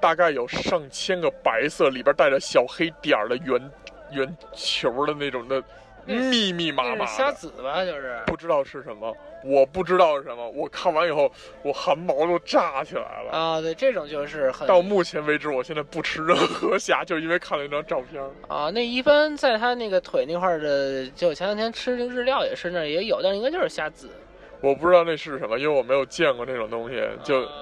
Speaker 2: 大概有上千个白色里边带着小黑点儿的圆圆球的那种的，
Speaker 4: 那是
Speaker 2: 密密麻
Speaker 4: 那
Speaker 2: 麻
Speaker 4: 是虾
Speaker 2: 的，
Speaker 4: 子吧，就是
Speaker 2: 不知道是什么，我不知道是什么。我看完以后，我汗毛都炸起来了。
Speaker 4: 啊，对，这种就是很
Speaker 2: 到目前为止，我现在不吃任何虾，就是因为看了一张照片。
Speaker 4: 啊，那一般在他那个腿那块儿的，就前两天吃那个日料也是那儿也有，但应该就是虾子
Speaker 2: 我不知道那是什么，因为我没有见过那种东西，就
Speaker 4: 啊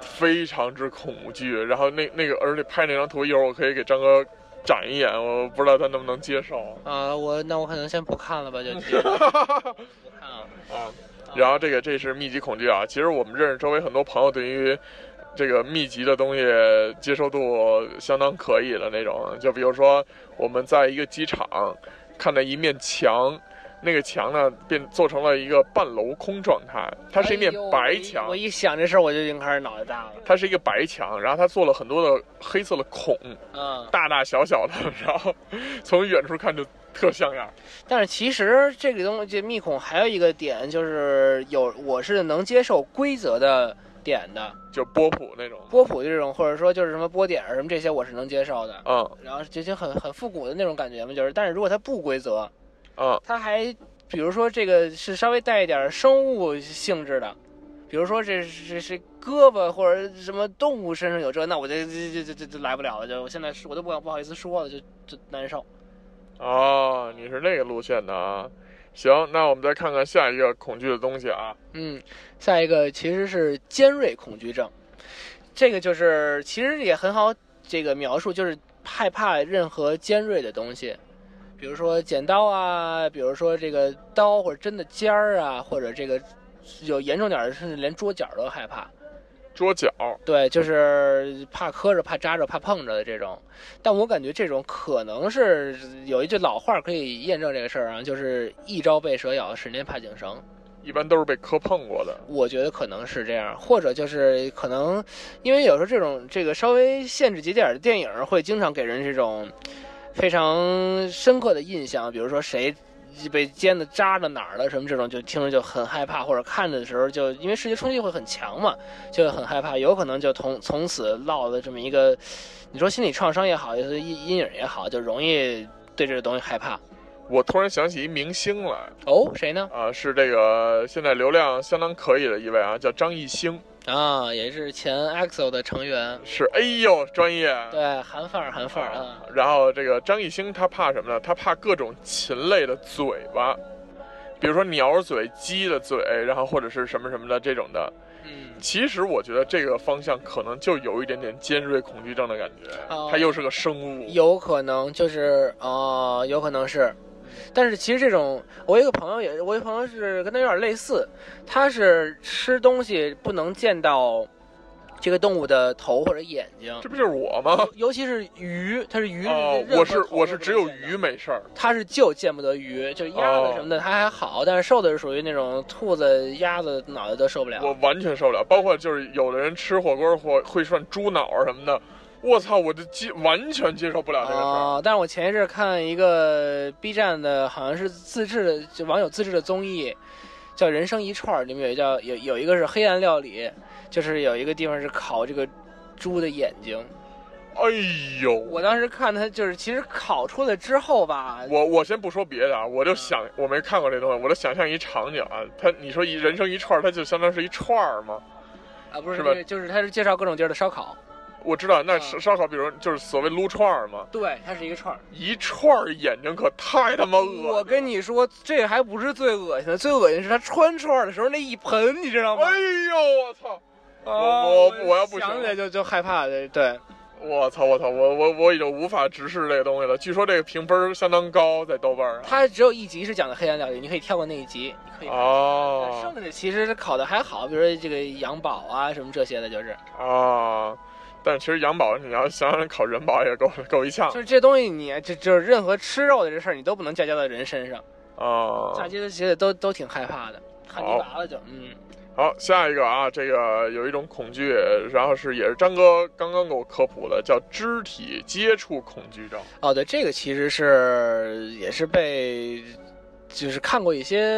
Speaker 2: 非常之恐惧。然后那那个，而且拍那张图，一会儿我可以给张哥展一眼，我不知道他能不能接受。
Speaker 4: 啊，我那我可能先不看了吧， 就不看了。
Speaker 2: 啊，然后这个这是密集恐惧啊。其实我们认识周围很多朋友，对于这个密集的东西接受度相当可以的那种。就比如说我们在一个机场看到一面墙，那个墙呢变做成了一个半镂空状态，它是一面
Speaker 4: 哎呦我
Speaker 2: 白
Speaker 4: 一
Speaker 2: 墙
Speaker 4: 我，一想这事儿我就已经开始脑袋大了。
Speaker 2: 它是一个白墙，然后它做了很多的黑色的孔，
Speaker 4: 嗯，
Speaker 2: 大大小小的， 然后从远处看就特像样。
Speaker 4: 但是其实这个东西这密孔还有一个点，就是有我是能接受规则的点的，
Speaker 2: 就波普那种，
Speaker 4: 波普这种或者说就是什么波点儿什么这些我是能接受的。
Speaker 2: 嗯
Speaker 4: 然后这些很很复古的那种感觉嘛，就是，但是如果它不规则，
Speaker 2: 嗯
Speaker 4: 它还比如说这个是稍微带一点生物性质的，比如说这是这是胳膊或者什么动物身上有这，那我这这这这这这来不了了，就我现在是我都不敢不好意思说了，就就难受。
Speaker 2: 哦，你是那个路线的啊。行，那我们再看看下一个恐惧的东西啊。
Speaker 4: 嗯，下一个其实是尖锐恐惧症，这个就是其实也很好这个描述，就是害怕任何尖锐的东西，比如说剪刀啊，比如说这个刀或者针的尖儿啊，或者这个有严重点儿的，甚至连桌角儿都害怕。
Speaker 2: 桌角，
Speaker 4: 对，就是怕磕着、怕扎着、怕碰着的这种。但我感觉这种可能是有一句老话可以验证这个事儿啊，就是一朝被蛇咬，十年怕井绳。
Speaker 2: 一般都是被磕碰过的。
Speaker 4: 我觉得可能是这样，或者就是可能，因为有时候这种这个稍微限制节点的电影会经常给人这种非常深刻的印象，比如说谁被尖子扎着哪儿了什么这种，就听着就很害怕，或者看着的时候就因为视觉冲击会很强嘛，就会很害怕，有可能就从从此落了这么一个，你说心理创伤也好，也是阴阴影也好，就容易对这个东西害怕。
Speaker 2: 我突然想起一明星来
Speaker 4: 哦，谁呢？
Speaker 2: 啊，是这个现在流量相当可以的一位啊，叫张艺兴，
Speaker 4: 啊，也是前 EXO 的成员。
Speaker 2: 是哎呦专业。
Speaker 4: 对，韩范儿，韩范儿，嗯
Speaker 2: 啊，然后这个张艺兴他怕什么呢？他怕各种禽类的嘴巴，比如说鸟嘴、鸡的嘴，然后或者是什么什么的这种的。
Speaker 4: 嗯，
Speaker 2: 其实我觉得这个方向可能就有一点点尖锐恐惧症的感觉，
Speaker 4: 哦
Speaker 2: 它又是个生物。
Speaker 4: 有可能就是哦，有可能是，但是其实这种，我有一个朋友也，我有一个朋友是跟他有点类似，他是吃东西不能见到这个动物的头或者眼睛，
Speaker 2: 这不就是我吗？
Speaker 4: 尤其是鱼，它是鱼，
Speaker 2: 哦，
Speaker 4: 任何
Speaker 2: 我是
Speaker 4: 头都
Speaker 2: 我是
Speaker 4: 不
Speaker 2: 只
Speaker 4: 能
Speaker 2: 有
Speaker 4: 见到
Speaker 2: 鱼没哦事儿。
Speaker 4: 它是就见不得鱼，就是鸭子什么的，它还好，但是瘦的是属于那种兔子、鸭子脑袋都受不了。
Speaker 2: 我完全受不了。包括就是有的人吃火锅或会涮猪脑什么的，我操，我就接完全接受不啊了这个事儿。
Speaker 4: 哦，但是我前一阵儿看一个 B 站的，好像是自制的，就网友自制的综艺，叫《人生一串》，儿》，里面有一叫有有一个是黑暗料理，就是有一个地方是烤这个猪的眼睛。
Speaker 2: 哎呦，
Speaker 4: 我当时看它就是，其实烤出来之后吧，
Speaker 2: 我我先不说别的啊，我就想我没看过这东西，我就想象一场景啊，它你说一人生一串儿，它就相当是一串儿吗？
Speaker 4: 啊不是
Speaker 2: 是吧
Speaker 4: 这个就是它是介绍各种地儿的烧烤，
Speaker 2: 我知道，那
Speaker 4: 嗯
Speaker 2: 烧烧烤，比如就是所谓撸串儿嘛，
Speaker 4: 对，它是一个串儿。
Speaker 2: 一串儿眼睛可太他妈恶心了。啊
Speaker 4: 我跟你说，这还不是最恶心的，最恶心是它穿串儿的时候那一盆，你知道吗？
Speaker 2: 哎呦，我操！
Speaker 4: 啊
Speaker 2: 我我我要不
Speaker 4: 想
Speaker 2: 行
Speaker 4: 起来
Speaker 2: 了，
Speaker 4: 就就害怕的，对。
Speaker 2: 我操我操，我我我已经无法直视这个东西了。据说这个评分儿相当高，在豆瓣儿上。
Speaker 4: 它只有一集是讲的黑暗料理，你可以跳过那一集，你可以看。但剩
Speaker 2: 哦
Speaker 4: 下的其实烤的还好，比如说这个羊宝啊什么这些的，就是
Speaker 2: 啊！但其实羊宝，你要想想烤人宝也够够一呛
Speaker 4: 就是这东西你就就是任何吃肉的这事儿，你都不能嫁接到人身上，
Speaker 2: 啊。
Speaker 4: 嫁接的其实都都挺害怕的，看泥娃了就嗯
Speaker 2: 好，下一个啊，这个有一种恐惧，然后是也是张哥刚刚给我科普的，叫肢体接触恐惧症。
Speaker 4: 哦对，这个其实是也是被。就是看过一些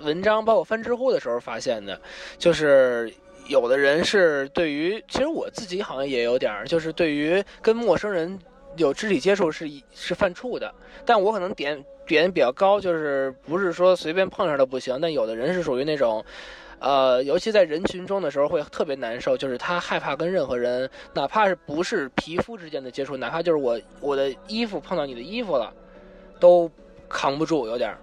Speaker 4: 文章，包括翻知乎的时候发现的，就是有的人是对于，其实我自己好像也有点儿，就是对于跟陌生人有肢体接触是一是犯怵的，但我可能点点比较高，就是不是说随便碰上的不行，但有的人是属于那种。呃，尤其在人群中的时候会特别难受，就是他害怕跟任何人，哪怕是不是皮肤之间的接触，哪怕就是我我的衣服碰到你的衣服了，都扛不住，有点儿。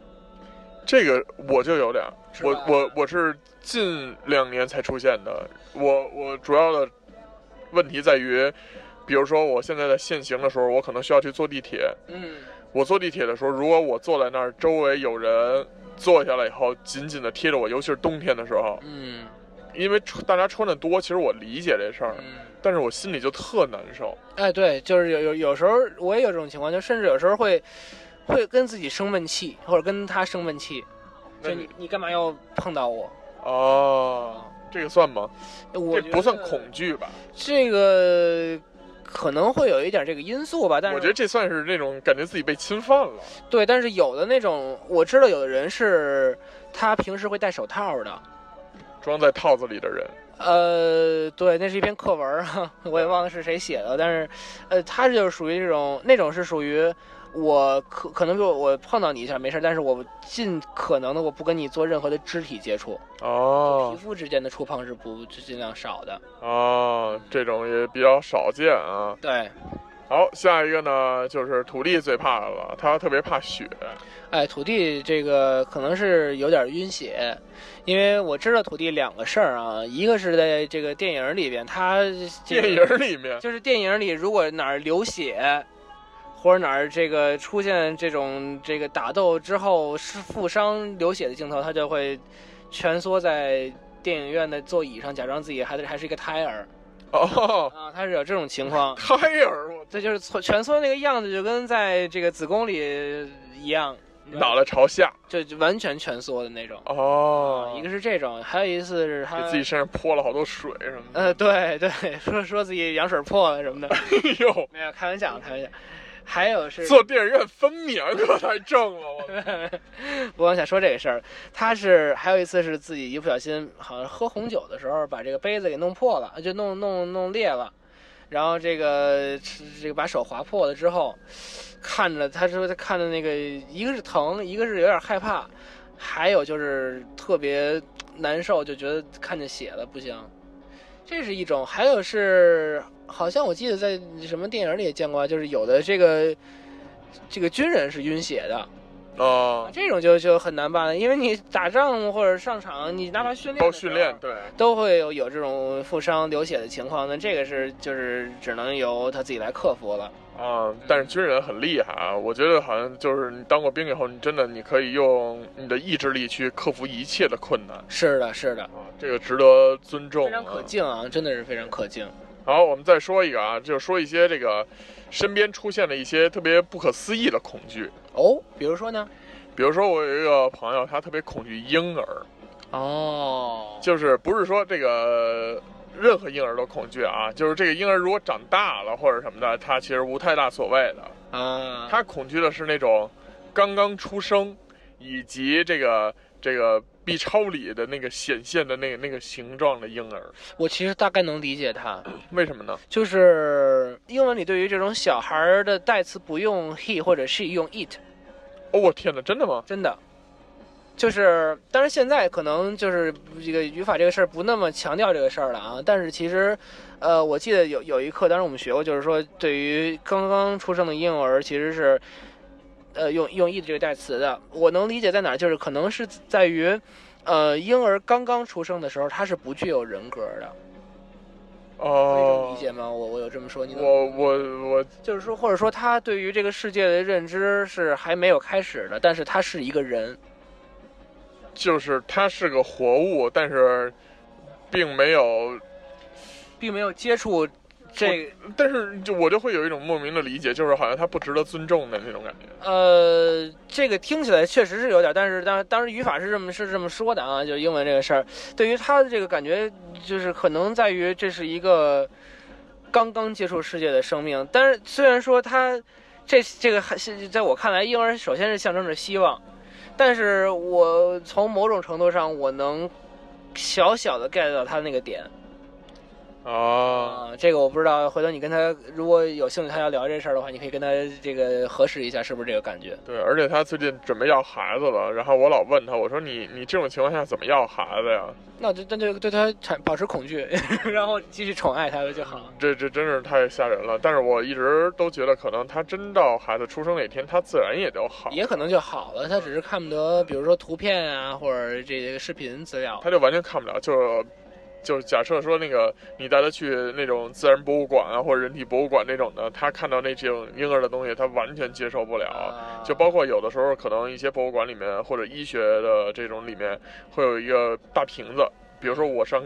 Speaker 2: 这个我就有点儿，
Speaker 4: 是
Speaker 2: 我
Speaker 4: 吧
Speaker 2: 我我是近两年才出现的。我我主要的问题在于，比如说我现在在限行的时候，我可能需要去坐地铁。
Speaker 4: 嗯，
Speaker 2: 我坐地铁的时候，如果我坐在那儿，周围有人坐下来以后，紧紧的贴着我，尤其是冬天的时候，
Speaker 4: 嗯
Speaker 2: 因为穿大家穿的多，其实我理解这事儿，
Speaker 4: 嗯，
Speaker 2: 但是我心里就特难受。
Speaker 4: 哎，对，就是有有有时候我也有这种情况，就甚至有时候会会跟自己生闷气，或者跟他生闷气，
Speaker 2: 那
Speaker 4: 就
Speaker 2: 你
Speaker 4: 你你干嘛要碰到我？
Speaker 2: 哦，这个算吗？
Speaker 4: 我
Speaker 2: 这不算
Speaker 4: 觉得
Speaker 2: 恐惧吧？
Speaker 4: 这个可能会有一点这个因素吧，但是
Speaker 2: 我觉得这算是那种感觉自己被侵犯了。
Speaker 4: 对，但是有的那种我知道有的人是他平时会戴手套的，
Speaker 2: 装在套子里的人，
Speaker 4: 呃，对，那是一篇课文啊，我也忘了是谁写的，但是，呃，他就是属于这种那种是属于我可可能就我碰到你一下没事儿，但是我尽可能的我不跟你做任何的肢体接触，皮
Speaker 2: 哦
Speaker 4: 肤之间的触碰是不就尽量少的，
Speaker 2: 哦，这种也比较少见啊。
Speaker 4: 对。
Speaker 2: 好，下一个呢，就是土地最怕的了，他特别怕雪。
Speaker 4: 哎，土地这个可能是有点晕血，因为我知道土地两个事儿啊，一个是在这个电影里边，他这个
Speaker 2: 电影里面，
Speaker 4: 就是电影里如果哪儿流血，或者哪儿这个出现这种这个打斗之后是负伤流血的镜头，他就会蜷缩在电影院的座椅上，假装自己还是还是一个胎儿
Speaker 2: 哦，，
Speaker 4: 啊，他是有这种情况
Speaker 2: 胎儿，我
Speaker 4: 这就是蜷蜷缩那个样子，就跟在这个子宫里一样。你知道吗
Speaker 2: 脑袋朝下。
Speaker 4: 就就完全蜷缩的那种。啊
Speaker 2: 哦
Speaker 4: 一，个是这种，还有一次是他
Speaker 2: 给自己身上泼了好多水什么的。
Speaker 4: 呃，对对，说说自己羊水破了什么的，
Speaker 2: 哎呦，
Speaker 4: 没有开玩笑，开玩笑。还有是，
Speaker 2: 坐电影院分娩可太正了， 我
Speaker 4: 我想说这个事儿，他是还有一次是自己一不小心，好像喝红酒的时候把这个杯子给弄破了，就弄弄弄裂了，然后这个这个把手划破了之后，看着他说他看着那个一个是疼，一个是有点害怕，还有就是特别难受，就觉得看见血了不行，这是一种，还有是好像我记得在什么电影里也见过啊，就是有的这个这个军人是晕血的。
Speaker 2: 哦，
Speaker 4: 这种就就很难办了，因为你打仗或者上场，你哪怕训练
Speaker 2: 包
Speaker 4: 的时
Speaker 2: 训
Speaker 4: 候
Speaker 2: 练，对，
Speaker 4: 都会有有这种负伤流血的情况，那这个是就是只能由他自己来克服了。
Speaker 2: 啊，但是军人很厉害啊！我觉得好像就是你当过兵以后，你真的你可以用你的意志力去克服一切的困难
Speaker 4: 是的，是的，
Speaker 2: 啊，这个值得尊重、
Speaker 4: 非
Speaker 2: 啊
Speaker 4: 常。可敬啊，真的是非常可敬。
Speaker 2: 好，我们再说一个啊，就说一些这个身边出现的一些特别不可思议的恐惧，
Speaker 4: 哦，比如说呢？
Speaker 2: 比如说我有一个朋友，他特别恐惧婴儿，
Speaker 4: 哦，
Speaker 2: 就是不是说这个任何婴儿都恐惧啊， 就是这个婴儿如果长大了或者什么的，他其实无太大所谓的。
Speaker 4: 啊，
Speaker 2: 他恐惧的是那种刚刚出生，以及这个这个 B 超里的那个显现的那个那个形状的婴儿。
Speaker 4: 我其实大概能理解他，
Speaker 2: 为什么呢？
Speaker 4: 就是英文里对于这种小孩儿的代词不用 he 或者 she，用 it。
Speaker 2: 哦，我天哪，真的吗？
Speaker 4: 真的，就是当然现在可能就是这个语法这个事儿不那么强调这个事儿了啊，但是其实，呃，我记得有有一课，当时我们学过，就是说对于刚刚出生的婴儿，其实是。呃，用用 “e” 这个代词的，我能理解在哪儿，就是可能是在于，呃，婴儿刚刚出生的时候，他是不具有人格的，可以这么
Speaker 2: 哦
Speaker 4: 理，解吗？我我有这么说，你能
Speaker 2: 我我我
Speaker 4: 就是说，或者说他对于这个世界的认知是还没有开始的，但是他是一个人，
Speaker 2: 就是他是个活物，但是并没有，
Speaker 4: 并没有接触这
Speaker 2: 但是就我就会有一种莫名的理解，就是好像他不值得尊重的那种感觉。
Speaker 4: 呃，这个听起来确实是有点，但是当当时语法是这么是这么说的啊，就是英文这个事儿，对于他的这个感觉，就是可能在于这是一个刚刚接触世界的生命，但是虽然说他这这个还是在我看来，婴儿首先是象征着希望，但是我从某种程度上我能小小的 get 到他那个点，
Speaker 2: 啊，
Speaker 4: 啊、这个我不知道，回头你跟他如果有兴趣，他要聊这事儿的话，你可以跟他这个核实一下，是不是这个感觉？
Speaker 2: 对，而且他最近准备要孩子了，然后我老问他，我说你你这种情况下怎么要孩子呀？
Speaker 4: 那我就那就对他产保持恐惧， 然后继续宠爱他就好。
Speaker 2: 这这真是太吓人了。但是我一直都觉得，可能他真到孩子出生那天，他自然也就好，
Speaker 4: 也可能就好了，他只是看不得，比如说图片啊，或者这个视频资料。
Speaker 2: 他就完全看不了，就是。就是假设说那个你带他去那种自然博物馆啊，或者人体博物馆那种的，他看到那种婴儿的东西，他完全接受不了。
Speaker 4: 啊
Speaker 2: 就包括有的时候可能一些博物馆里面或者医学的这种里面会有一个大瓶子，比如说我上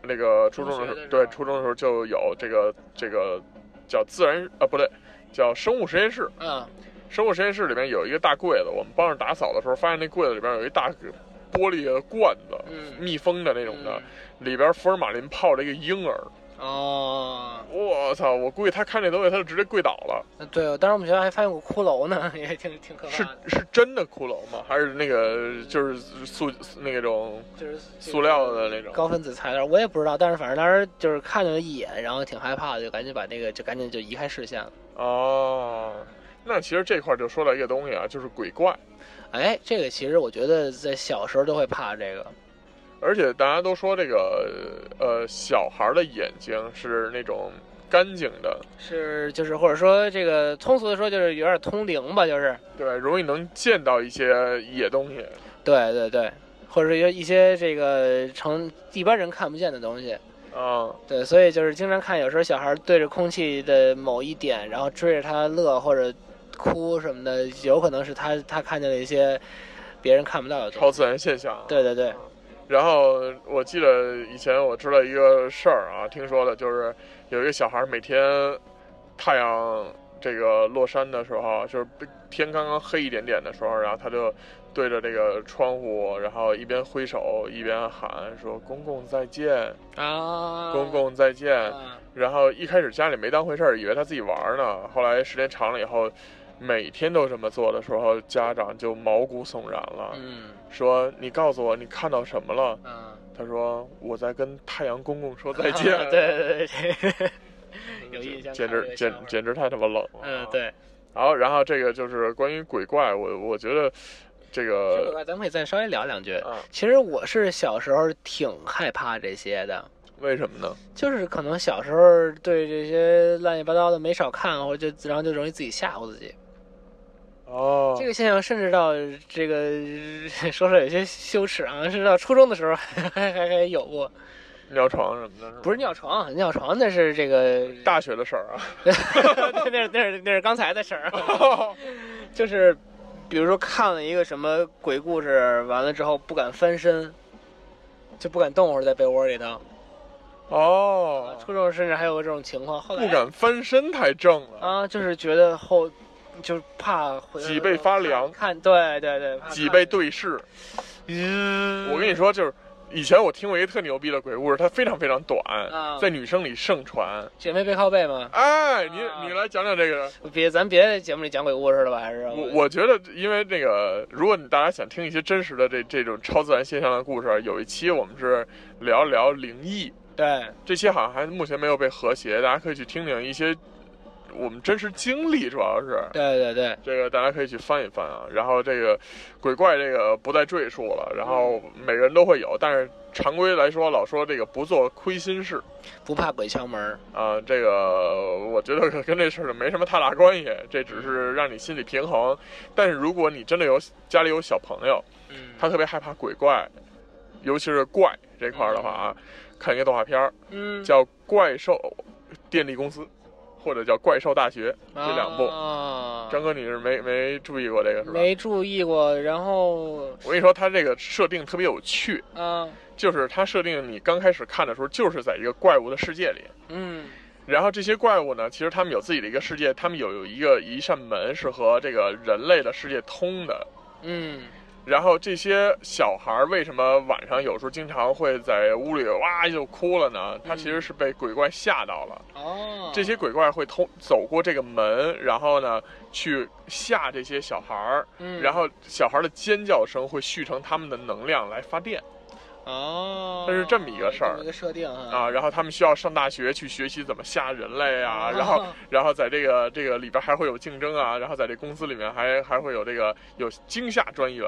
Speaker 2: 那个初中的时候，
Speaker 4: 中学的时候
Speaker 2: 对初中的时候就有这个这个叫自然啊不对，叫生物实验室。
Speaker 4: 嗯
Speaker 2: 生物实验室里面有一个大柜子，我们帮着打扫的时候发现那柜子里边有一大玻璃的罐子，
Speaker 4: 嗯，
Speaker 2: 密封的那种的
Speaker 4: 嗯，
Speaker 2: 里边福尔马林泡着一个婴儿。
Speaker 4: 哦，
Speaker 2: 我操！我估计他看这东西，他就直接跪倒了。
Speaker 4: 那对，当时我们学校还发现过骷髅呢， 也挺挺可
Speaker 2: 是
Speaker 4: 怕的，
Speaker 2: 是真的骷髅吗？还是那个就是塑那种
Speaker 4: 就是这个
Speaker 2: 塑料的那种？
Speaker 4: 高分子材料，我也不知道，但是反正当时就是看了一眼，然后挺害怕的，就赶紧把那个就赶紧就移开视线了。
Speaker 2: 哦，那其实这块儿就说到一个东西啊，就是鬼怪。
Speaker 4: 哎，这个其实我觉得在小时候都会怕这个，
Speaker 2: 而且大家都说这个呃，小孩儿的眼睛是那种干净的，
Speaker 4: 是就是或者说这个通俗的说就是有点通灵吧，就是
Speaker 2: 对，容易能见到一些野东西。
Speaker 4: 对对对，或者是有一些这个成一般人看不见的东西。
Speaker 2: 啊、
Speaker 4: 对，所以就是经常看，有时候小孩对着空气的某一点，然后追着他乐或者哭什么的，有可能是他他看见了一些别人看不到的东西。
Speaker 2: 超自然现象。啊
Speaker 4: 对对对，
Speaker 2: 然后我记得以前我知道一个事儿啊，听说的就是有一个小孩每天太阳这个落山的时候，就是天刚刚黑一点点的时候，然后他就对着这个窗户，然后一边挥手一边喊说“公公再见，
Speaker 4: 啊，
Speaker 2: 公共再见”。
Speaker 4: 啊，
Speaker 2: 然后一开始家里没当回事儿，以为他自己玩儿呢。后来时间长了以后，每天都这么做的时候，家长就毛骨悚然了，
Speaker 4: 嗯
Speaker 2: 说：“你告诉我，你看到什么了？”
Speaker 4: 嗯，
Speaker 2: 他说：“我在跟太阳公公说再见。
Speaker 4: 对对对对，
Speaker 2: 嗯，
Speaker 4: 有印象
Speaker 2: 简
Speaker 4: 看这
Speaker 2: 直
Speaker 4: 个
Speaker 2: 简
Speaker 4: 笑话
Speaker 2: 简直太他妈冷了。
Speaker 4: 嗯。对，
Speaker 2: 然后，然后这个就是关于鬼怪，我我觉得这
Speaker 4: 这个
Speaker 2: 个
Speaker 4: 吧咱们可以再稍微聊两句。
Speaker 2: 啊，
Speaker 4: 其实我是小时候挺害怕这些的，
Speaker 2: 为什么呢？
Speaker 4: 就是可能小时候对这些乱七八糟的没少看，或者就然后就容易自己吓唬自己。
Speaker 2: 哦，
Speaker 4: 这个现象甚至到这个 说出来有些羞耻啊，甚至到初中的时候还 还还还有过，
Speaker 2: 尿床什么的，
Speaker 4: 不是尿床，尿床那是这个，
Speaker 2: 大学的事儿
Speaker 4: 那是那是那是刚才的事儿，
Speaker 2: 啊。
Speaker 4: 就是比如说看了一个什么鬼故事，完了之后不敢翻身，就不敢动，或者在被窝里头。
Speaker 2: 哦，
Speaker 4: 初中甚至还有过这种情况，后来
Speaker 2: 不敢翻身太正了，
Speaker 4: 啊，就是觉得后就是怕回来
Speaker 2: 脊背发凉
Speaker 4: 看对对对，怕
Speaker 2: 脊背对视。
Speaker 4: 嗯
Speaker 2: 我跟你说，就是以前我听过一个特牛逼的鬼故事，它非常非常短
Speaker 4: 啊，
Speaker 2: 在女生里盛传。
Speaker 4: 姐妹背靠背嘛，
Speaker 2: 哎，你
Speaker 4: 啊
Speaker 2: 你来讲讲这个。
Speaker 4: 别咱别在节目里讲鬼故事了吧？还是
Speaker 2: 我我觉得，因为那个，如果你大家想听一些真实的这这种超自然现象的故事，啊有一期我们是聊聊灵异，
Speaker 4: 对
Speaker 2: 这期好像还目前没有被和谐，大家可以去听听一些我们真实经历，主要是
Speaker 4: 对对对，
Speaker 2: 这个大家可以去翻一翻啊。然后这个鬼怪这个不再赘述了，然后每个人都会有，但是常规来说，老说这个不做亏心事
Speaker 4: 不怕鬼敲门儿。
Speaker 2: 啊、这个我觉得跟这事儿没什么太大关系，这只是让你心里平衡。但是如果你真的有家里有小朋友，
Speaker 4: 嗯
Speaker 2: 他特别害怕鬼怪，尤其是怪这块儿的话啊，看一个动画片儿
Speaker 4: 嗯
Speaker 2: 叫《怪兽电力公司》，或者叫《怪兽大学》这两部。
Speaker 4: 啊，
Speaker 2: 张哥，你是没没注意过这个是吧？
Speaker 4: 没注意过，然后
Speaker 2: 我跟你说，它这个设定特别有趣，
Speaker 4: 啊
Speaker 2: 就是它设定你刚开始看的时候，就是在一个怪物的世界里。
Speaker 4: 嗯
Speaker 2: 然后这些怪物呢，其实他们有自己的一个世界，他们有一个一扇门是和这个人类的世界通的。
Speaker 4: 嗯
Speaker 2: 然后这些小孩儿为什么晚上有时候经常会在屋里哇就哭了呢？他其实是被鬼怪吓到了。
Speaker 4: 哦，
Speaker 2: 这些鬼怪会通走过这个门，然后呢去吓这些小孩儿，
Speaker 4: 嗯
Speaker 2: 然后小孩儿的尖叫声会蓄成他们的能量来发电。
Speaker 4: 哦，
Speaker 2: 它是这么一个事儿
Speaker 4: 这么一个设定啊，
Speaker 2: 啊，然后他们需要上大学去学习怎么吓人类
Speaker 4: 哦
Speaker 2: 啊，然后然后在这个这个里边还会有竞争啊，然后在这公司里面还还会有这个有惊吓专员，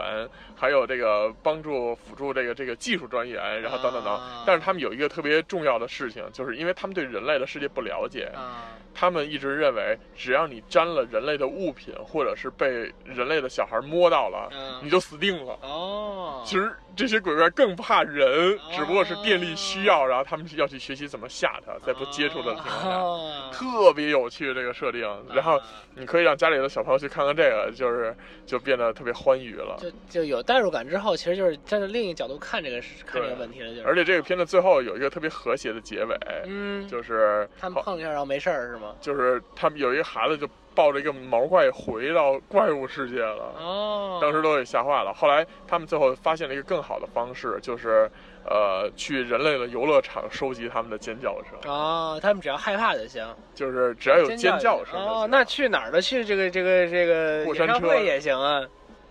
Speaker 2: 还有这个帮助辅助这个这个技术专员，然后等等等
Speaker 4: 啊。
Speaker 2: 但是他们有一个特别重要的事情，就是因为他们对人类的世界不了解，
Speaker 4: 啊，
Speaker 2: 他们一直认为只要你沾了人类的物品，或者是被人类的小孩摸到了，
Speaker 4: 嗯
Speaker 2: 你就死定了。
Speaker 4: 哦，
Speaker 2: 其实这些鬼怪更怕人，只不过是电力需
Speaker 4: 哦
Speaker 2: 要，然后他们要去学习怎么吓它，在不接触的情况下，
Speaker 4: 哦
Speaker 2: 特别有趣这个设
Speaker 4: 啊
Speaker 2: 定。然后你可以让家里的小朋友去看看这个，就是就变得特别欢愉了。
Speaker 4: 就就有代入感之后，其实就是站在另一角度看这个事看这个
Speaker 2: 对
Speaker 4: 问题了，就是
Speaker 2: 而且这个片子最后有一个特别和谐的结尾，
Speaker 4: 嗯，
Speaker 2: 就是
Speaker 4: 他们碰一下然后没事儿是吗？
Speaker 2: 就是他们有一个孩子就抱着一个毛怪回到怪物世界了。
Speaker 4: 哦，
Speaker 2: 当时都给吓坏了。后来他们最后发现了一个更好的方式，就是，呃，去人类的游乐场收集他们的尖叫声，
Speaker 4: 哦，他们只要害怕就行，
Speaker 2: 就是只要有尖叫声就行
Speaker 4: 哦，那去哪儿都去这个这个这个
Speaker 2: 过
Speaker 4: 演
Speaker 2: 山
Speaker 4: 唱
Speaker 2: 车
Speaker 4: 会也行啊，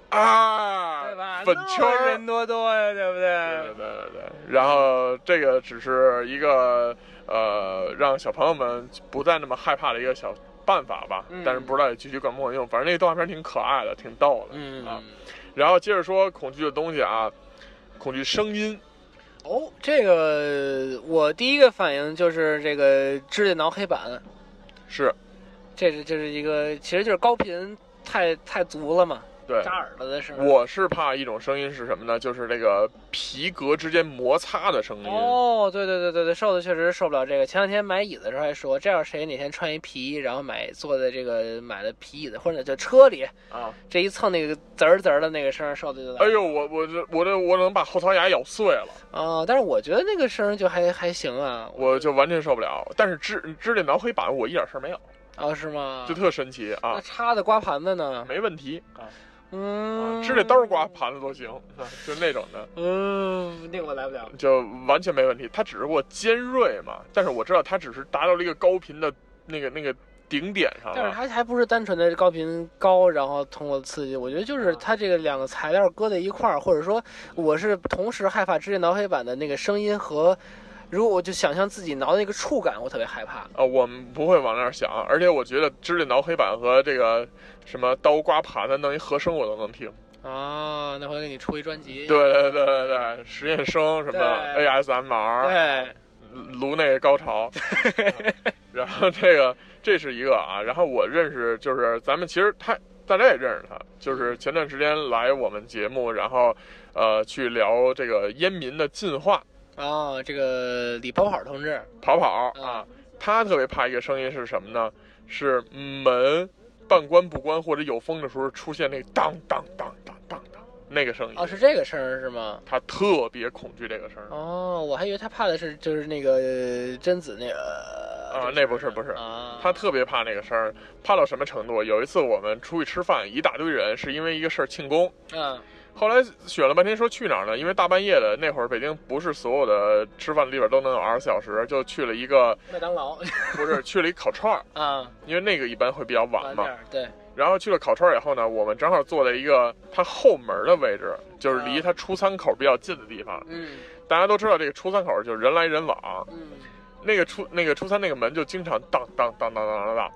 Speaker 2: 啊，
Speaker 4: 对吧？
Speaker 2: 粉
Speaker 4: 那
Speaker 2: 圈
Speaker 4: 么
Speaker 2: 儿
Speaker 4: 人多多呀，对不
Speaker 2: 对对
Speaker 4: 对？
Speaker 2: 对对，然后这个只是一个呃，让小朋友们不再那么害怕的一个小办法吧，
Speaker 4: 嗯
Speaker 2: 但是不知道也具体管不管用。反正那个动画片挺可爱的，挺逗的、啊
Speaker 4: 嗯。，
Speaker 2: 然后接着说恐惧的东西啊，恐惧声音，
Speaker 4: 哦，这个我第一个反应就是这个指甲挠黑板，
Speaker 2: 是
Speaker 4: 这是这是一个，其实就是高频太太足了嘛，
Speaker 2: 对
Speaker 4: 扎。耳朵的时候。
Speaker 2: 我是怕一种声音是什么呢？就是这个皮革之间摩擦的声音。
Speaker 4: 哦，对对对对对，瘦子确实受不了这个。前两天买椅子的时候还说，这要是谁哪天穿一皮衣，然后买坐在这个买的皮椅子，或者就车里
Speaker 2: 啊！
Speaker 4: 这一蹭那个滋儿滋儿的那个声儿，瘦子就来
Speaker 2: 哎呦，我我这我这我能把后槽牙咬碎了，
Speaker 4: 哦，但是我觉得那个声儿就还还行啊。
Speaker 2: 我就完全受不了。但是指指甲挠黑板，我一点事儿没有，
Speaker 4: 哦，是吗？
Speaker 2: 就特神奇
Speaker 4: 那
Speaker 2: 啊，
Speaker 4: 叉子刮盘子呢？
Speaker 2: 没问题啊，
Speaker 4: 嗯，
Speaker 2: 指甲刀刮盘子都行， 啊就那种的，
Speaker 4: 嗯，那个我来不了。
Speaker 2: 就完全没问题。它只是我尖锐嘛，但是我知道它只是达到了一个高频的那个那个顶点上
Speaker 4: 但是
Speaker 2: 了。
Speaker 4: 它还不是单纯的高频高，然后通过刺激，我觉得就是它这个两个材料搁在一块儿，或者说我是同时害怕直接挠黑板的那个声音和，如果我就想象自己挠那个触感，我特别害怕。
Speaker 2: 啊，我们不会往那儿想，而且我觉得指甲挠黑板和这个什么刀刮盘子弄一和声我都能听。
Speaker 4: 啊，那回给你出一专辑。
Speaker 2: 对对对对对，实验生什么
Speaker 4: 对
Speaker 2: ASMR，
Speaker 4: 对，
Speaker 2: 颅内高潮。然后这个这是一个啊，然后我认识就是咱们其实他大家也认识他，就是前段时间来我们节目，然后呃去聊这个烟民的进化，
Speaker 4: 哦，这个李跑跑同志，
Speaker 2: 跑跑
Speaker 4: 啊
Speaker 2: 啊，他特别怕一个声音是什么呢？是门半关不关或者有风的时候出现那个当当当当当当那个声音，
Speaker 4: 哦，是这个声儿是吗？
Speaker 2: 他特别恐惧这个声儿。
Speaker 4: 哦，我还以为他怕的是就是那个贞子那个
Speaker 2: 啊那不是不是
Speaker 4: 啊，
Speaker 2: 他特别怕那个声儿，怕到什么程度？有一次我们出去吃饭，一大堆人，是因为一个事儿庆功。
Speaker 4: 嗯
Speaker 2: 后来选了半天说去哪儿呢？因为大半夜的那会儿，北京不是所有的吃饭的地方都能有二十四小时，就去了一个
Speaker 4: 麦当劳
Speaker 2: 不是去了一烤串儿，
Speaker 4: 啊，
Speaker 2: 因为那个一般会比较晚
Speaker 4: 晚
Speaker 2: 嘛
Speaker 4: 点。儿对
Speaker 2: 然后去了烤串儿以后呢，我们正好坐在一个它后门的位置，就是离
Speaker 4: 啊
Speaker 2: 它出餐口比较近的地方。
Speaker 4: 嗯
Speaker 2: 大家都知道这个出餐口就是人来人往，
Speaker 4: 嗯，
Speaker 2: 那个出那个出餐那个门就经常当当当当当当当。
Speaker 4: 他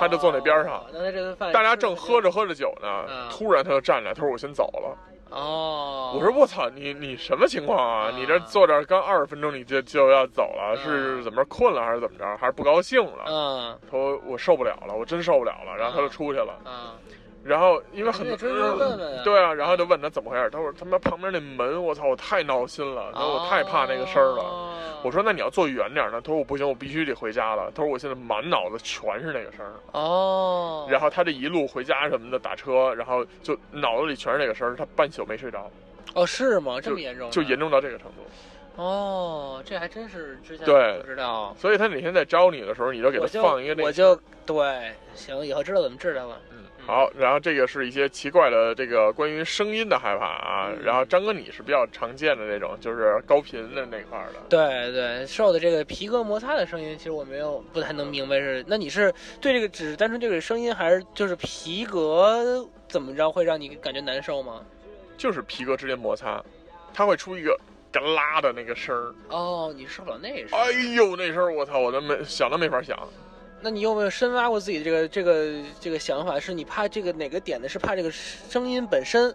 Speaker 2: 他就坐那边儿上
Speaker 4: 哦那他这顿饭
Speaker 2: 大家正喝
Speaker 4: 着
Speaker 2: 着喝着酒呢
Speaker 4: 嗯，
Speaker 2: 突然他就站起来，他说我先走了。
Speaker 4: 哦，
Speaker 2: 我说我操，你你什么情况啊？
Speaker 4: 啊
Speaker 2: 你这坐这儿刚二十分钟你就就要走了，
Speaker 4: 嗯
Speaker 2: 是怎么着困了还是怎么着，还是不高兴了？
Speaker 4: 嗯
Speaker 2: 他说我受不了了，我真受不了了。然后他就出去了。
Speaker 4: 啊，
Speaker 2: 然后因为很
Speaker 4: 哎你
Speaker 2: 多
Speaker 4: 得追问问啊
Speaker 2: 对啊，然后就问他怎么回事，他说他妈旁边那门，我操，我太闹心
Speaker 4: 哦
Speaker 2: 了，他说我太怕那个声儿了。
Speaker 4: 了
Speaker 2: 我说那你要坐远点儿呢，他说我不行，我必须得回家了。他说我现在满脑子全是那个声儿。
Speaker 4: 哦，
Speaker 2: 然后他这一路回家什么的打车，然后就脑子里全是这个声儿，他半宿没睡着，
Speaker 4: 哦是吗？这么严重？啊
Speaker 2: 就严重到这个程度。
Speaker 4: 哦，这还真是之前
Speaker 2: 对
Speaker 4: 不知道，
Speaker 2: 所以他哪天在招你的时候，你就给他
Speaker 4: 我就
Speaker 2: 放一个那个
Speaker 4: 我就对行，以后知道怎么治他了。
Speaker 2: 嗯
Speaker 4: 嗯
Speaker 2: 好，然后这个是一些奇怪的这个关于声音的害怕啊。
Speaker 4: 嗯
Speaker 2: 然后张哥你是比较常见的那种，就是高频的那块儿的。
Speaker 4: 对对，受的这个皮革摩擦的声音，其实我没有不太能明白是。那你是对这个只是单纯这个声音，还是就是皮革怎么着会让你感觉难受吗？
Speaker 2: 就是皮革之间摩擦，它会出一个嘎啦的那个声儿，
Speaker 4: 哦，你受不了那是？
Speaker 2: 哎呦，那声儿我操，我都没想都没法想。
Speaker 4: 那你有没有深挖过自己这个这个这个想法？是你怕这个哪个点呢？是怕这个声音本身，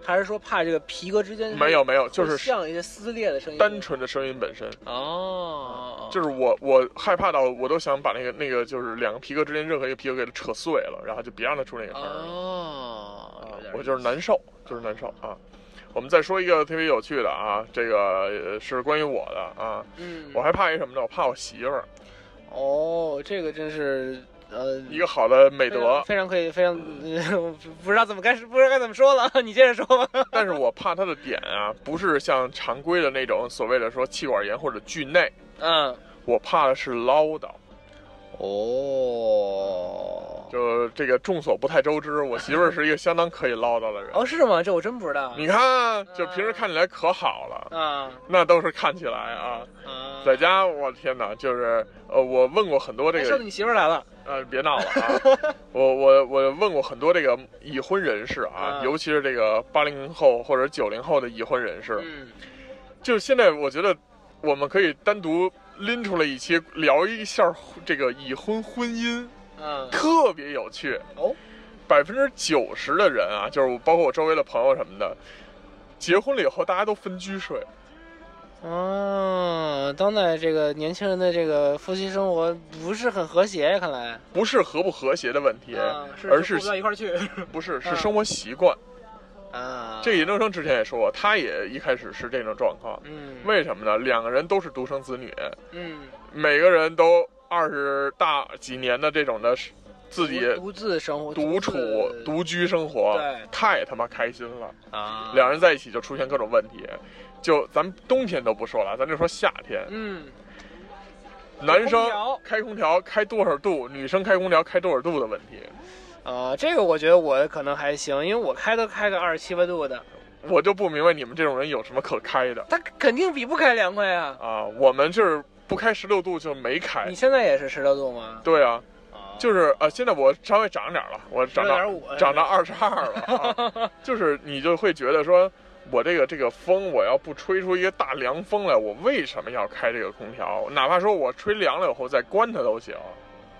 Speaker 4: 还是说怕这个皮革之间
Speaker 2: 没有没有，就是
Speaker 4: 像一些撕裂的声音？
Speaker 2: 单纯的声音本
Speaker 4: 嗯
Speaker 2: 身，
Speaker 4: 哦，
Speaker 2: 就是我我害怕到我都想把那个那个就是两个皮革之间任何一个皮革给它扯碎了，然后就别让它出那个声儿。啊
Speaker 4: 哦，有点
Speaker 2: 我就是难受，就是难受啊。我们再说一个特别有趣的啊，这个呃是关于我的啊。
Speaker 4: 嗯，
Speaker 2: 我还怕一什么呢？我怕我媳妇儿，
Speaker 4: 哦，这个真是呃
Speaker 2: 一个好的美
Speaker 4: 非
Speaker 2: 德
Speaker 4: 常，非常可以，非常、 呃、不知道怎么该不知道该怎么说了， 你接 着说吧。
Speaker 2: 但是我怕她的点啊，不是像常规的那种所谓的说气管炎或者惧内，
Speaker 4: 嗯，
Speaker 2: 我怕的是唠叨，
Speaker 4: 哦，
Speaker 2: 就这个众所不太周知，我媳妇儿是一个相当可以唠叨的人。
Speaker 4: 哦是吗？这我真不知道。
Speaker 2: 你看，就平时看起来可好了，
Speaker 4: 啊
Speaker 2: 那都是看起来啊，
Speaker 4: 啊，
Speaker 2: 在家我天哪，就是呃，我问过很多这
Speaker 4: 哎
Speaker 2: 个
Speaker 4: 说的你媳妇儿来了。
Speaker 2: 呃，别闹了 啊！我我我问过很多这个已婚人士啊，
Speaker 4: 嗯
Speaker 2: 尤其是这个八零后或者九零后的已婚人士，
Speaker 4: 嗯，
Speaker 2: 就现在我觉得我们可以单独拎出来一期聊一下这个已婚婚姻，
Speaker 4: 嗯，
Speaker 2: 特别有趣
Speaker 4: 哦。
Speaker 2: 百分之九十的人啊，就是我包括我周围的朋友什么的，结婚了以后大家都分居睡，
Speaker 4: 哦，当代这个年轻人的这个夫妻生活不是很和谐呀，看来。
Speaker 2: 不是和不和谐的问题，
Speaker 4: 啊是
Speaker 2: 而
Speaker 4: 是
Speaker 2: 是
Speaker 4: 过不到一块儿去。
Speaker 2: 不是是
Speaker 4: 嗯
Speaker 2: 生活习惯。
Speaker 4: 啊，
Speaker 2: 这个研究生之前也说过，他也一开始是这种状况。
Speaker 4: 嗯，
Speaker 2: 为什么呢？两个人都是独生子女，
Speaker 4: 嗯，
Speaker 2: 每个人都二十大几年的这种的自己
Speaker 4: 独独自生活，
Speaker 2: 独处
Speaker 4: 自
Speaker 2: 独居生活
Speaker 4: 对，
Speaker 2: 太他妈开心了。
Speaker 4: 啊，
Speaker 2: 两人在一起就出现各种问题，就咱们冬天都不说了，咱就说夏天，
Speaker 4: 嗯，
Speaker 2: 男生
Speaker 4: 空调
Speaker 2: 开空调开多少度，女生开空调开多少度的问题，
Speaker 4: 啊，这个我觉得我可能还行，因为我开都开个二十七八度的，
Speaker 2: 我就不明白你们这种人有什么可开的
Speaker 4: 它肯定比不开凉快啊。
Speaker 2: 啊！我们就是不开十六度就没开
Speaker 4: 你，现在也是十六度吗？
Speaker 2: 哎对啊，
Speaker 4: 啊
Speaker 2: 就是呃，现在我稍微长点儿了，我长到
Speaker 4: 16.5
Speaker 2: 长到二十二了、啊， 就是你就会觉得说，我这个这个风，我要不吹出一个大凉风来，我为什么要开这个空调？哪怕说我吹凉了以后再关它都行。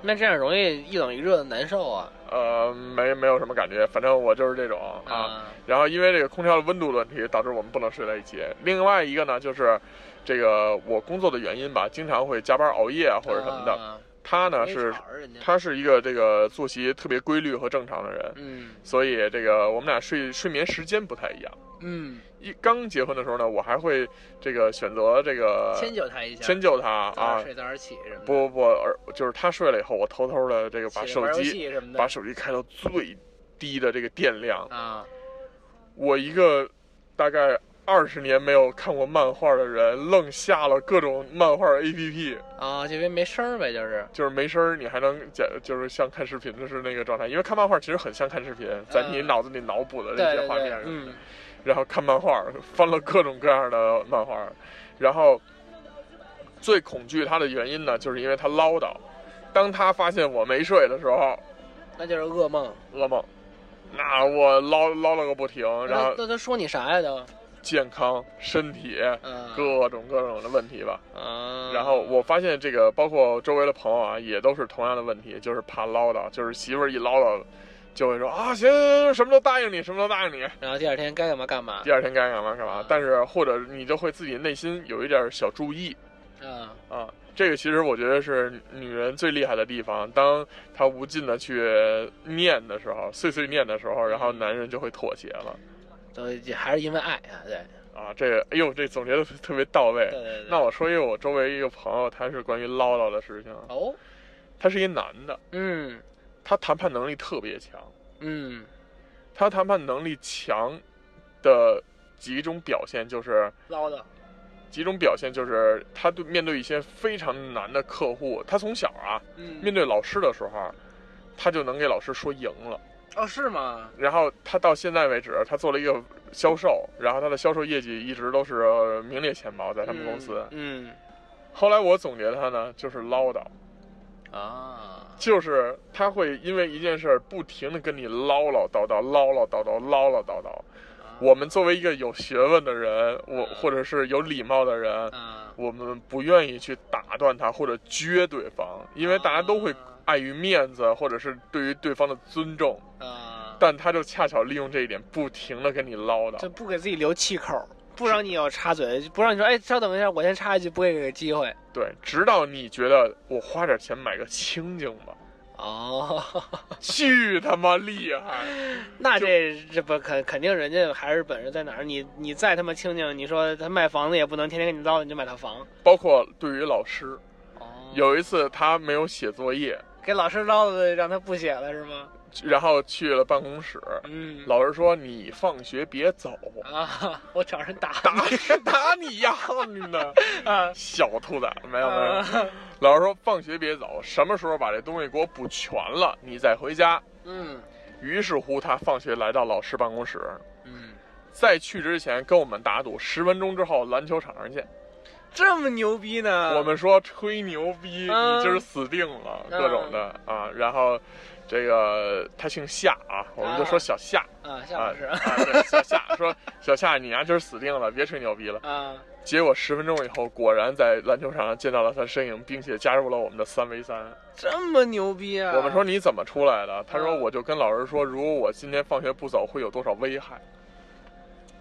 Speaker 4: 那这样容易一冷一热的难受啊。
Speaker 2: 呃，没没有什么感觉，反正我就是这种啊。然后因为这个空调的温度的问题，导致我们不能睡在一起。另外一个呢，就是这个我工作的原因吧，经常会加班熬夜啊或者什么的。
Speaker 4: 啊，
Speaker 2: 他呢
Speaker 4: 没
Speaker 2: 是
Speaker 4: 吵着人家
Speaker 2: 他是一个这个作息特别规律和正常的人，
Speaker 4: 嗯
Speaker 2: 所以这个我们俩睡睡眠时间不太一样。
Speaker 4: 嗯，
Speaker 2: 一刚结婚的时候呢，我还会这个选择这个
Speaker 4: 迁就他一下，
Speaker 2: 呃迁就他
Speaker 4: 早
Speaker 2: 啊
Speaker 4: 点，睡早点起什么的，
Speaker 2: 不不不，而就是他睡了以后，我偷偷的这个把
Speaker 4: 起
Speaker 2: 手
Speaker 4: 来玩游
Speaker 2: 机
Speaker 4: 戏什么的，
Speaker 2: 把手机开到最低的这个电量。
Speaker 4: 啊，
Speaker 2: 我一个大概二十年没有看过漫画的人，愣下了各种漫画 APP，
Speaker 4: 啊，这边没声儿呗，就是。
Speaker 2: 就是没声儿，你还能假就是像看视频的是那个状态，因为看漫画其实很像看视频，在你
Speaker 4: 嗯
Speaker 2: 脑子里脑补的这
Speaker 4: 对
Speaker 2: 些
Speaker 4: 对
Speaker 2: 画面
Speaker 4: 对
Speaker 2: 什，么的。
Speaker 4: 嗯，
Speaker 2: 然后看漫画，翻了各种各样的漫画，然后最恐惧他的原因呢，就是因为他唠叨。当他发现我没睡的时候，
Speaker 4: 那就是噩梦。
Speaker 2: 噩梦，那我唠唠了个不停，
Speaker 4: 那
Speaker 2: 然后
Speaker 4: 那他说你啥呀都？
Speaker 2: 健康、身体
Speaker 4: 嗯，
Speaker 2: 各种各种的问题吧。
Speaker 4: 啊，
Speaker 2: 然后我发现这个，包括周围的朋友啊，也都是同样的问题，就是怕唠叨，就是媳妇儿一唠叨，就会说啊，行行行，什么都答应你，什么都答应你。
Speaker 4: 然后第二天该干嘛干嘛
Speaker 2: 第。二天该干嘛干嘛。但是或者你就会自己内心有一点小注意
Speaker 4: 嗯，
Speaker 2: 啊。这个其实我觉得是女人最厉害的地方，当她无尽的去念的时候，碎碎念的时候，然后男人就会妥协了
Speaker 4: 都也还是因为爱啊，对
Speaker 2: 啊。这个，哎呦，这总结的特别到位
Speaker 4: 对。对对。
Speaker 2: 那我说一个我周围一个朋友，他是关于唠叨的事情，
Speaker 4: 哦，
Speaker 2: 他是一男的，
Speaker 4: 嗯
Speaker 2: 他谈判能力特别强，
Speaker 4: 嗯
Speaker 2: 他谈判能力强的几种表现就是。
Speaker 4: 唠叨，
Speaker 2: 几种表现就是，他对面对一些非常难的客户，他从小啊
Speaker 4: 嗯，
Speaker 2: 面对老师的时候，啊他就能给老师说赢了。
Speaker 4: 哦是吗？
Speaker 2: 然后他到现在为止，他做了一个销售，然后他的销售业绩一直都是呃名列前茅，在他们公司。
Speaker 4: 嗯
Speaker 2: 后来我总结他呢，就是唠叨，
Speaker 4: 嗯啊，
Speaker 2: 就是他会因为一件事儿不停的跟你唠唠叨叨、唠唠叨叨、唠唠叨叨，我们作为一个有学问的人，我或者是有礼貌的人，
Speaker 4: 嗯，
Speaker 2: 我们不愿意去打断他或者撅对方，因为大家都会碍于面子或者是对于对方的尊重。
Speaker 4: 嗯，
Speaker 2: 但他就恰巧利用这一点，不停的跟你唠
Speaker 4: 就
Speaker 2: 叨。
Speaker 4: 不给自己留气口，不让你有插嘴，不让你说，哎，稍等一下，我先插一句，不给你个机会。
Speaker 2: 对，直到你觉得我花点钱买个清净吧，
Speaker 4: 哦，
Speaker 2: 巨他妈厉害！
Speaker 4: 那这这不肯肯定人家还是本事在哪儿？你你再他妈清静，你说他卖房子也不能天天跟你唠，你就买套房。
Speaker 2: 包括对于老师，
Speaker 4: 哦
Speaker 2: 有一次他没有写作业，
Speaker 4: 给老师唠的，让他不写了是吗？
Speaker 2: 然后去了办公室，
Speaker 4: 嗯，
Speaker 2: 老师说你放学别走，
Speaker 4: 啊， 我找人打
Speaker 2: 打 打你丫你呢，
Speaker 4: 啊，
Speaker 2: 小兔崽子没有没有。
Speaker 4: 啊
Speaker 2: 老师说放学别走，什么时候把这东西给我补全了，你再回家。
Speaker 4: 嗯
Speaker 2: 于是乎，他放学来到老师办公室，
Speaker 4: 嗯，
Speaker 2: 在去之前跟我们打赌，十分钟之后篮球场上见。
Speaker 4: 这么牛逼呢？
Speaker 2: 我们说吹牛逼，
Speaker 4: 嗯
Speaker 2: 你今儿死定了，
Speaker 4: 嗯
Speaker 2: 各种的啊。然后这个他姓夏啊，我们就说小夏
Speaker 4: 啊，夏
Speaker 2: 啊
Speaker 4: 老师
Speaker 2: 啊，对小夏说 小夏，你啊呀今儿死定了，别吹牛逼了。
Speaker 4: 啊，
Speaker 2: 结果十分钟以后，果然在篮球场上见到了他身影，并且加入了我们的三 v 三。
Speaker 4: 这么牛逼啊！
Speaker 2: 我们说你怎么出来的？他说
Speaker 4: 嗯
Speaker 2: 我就跟老师说，如果我今天放学不走，会有多少危害？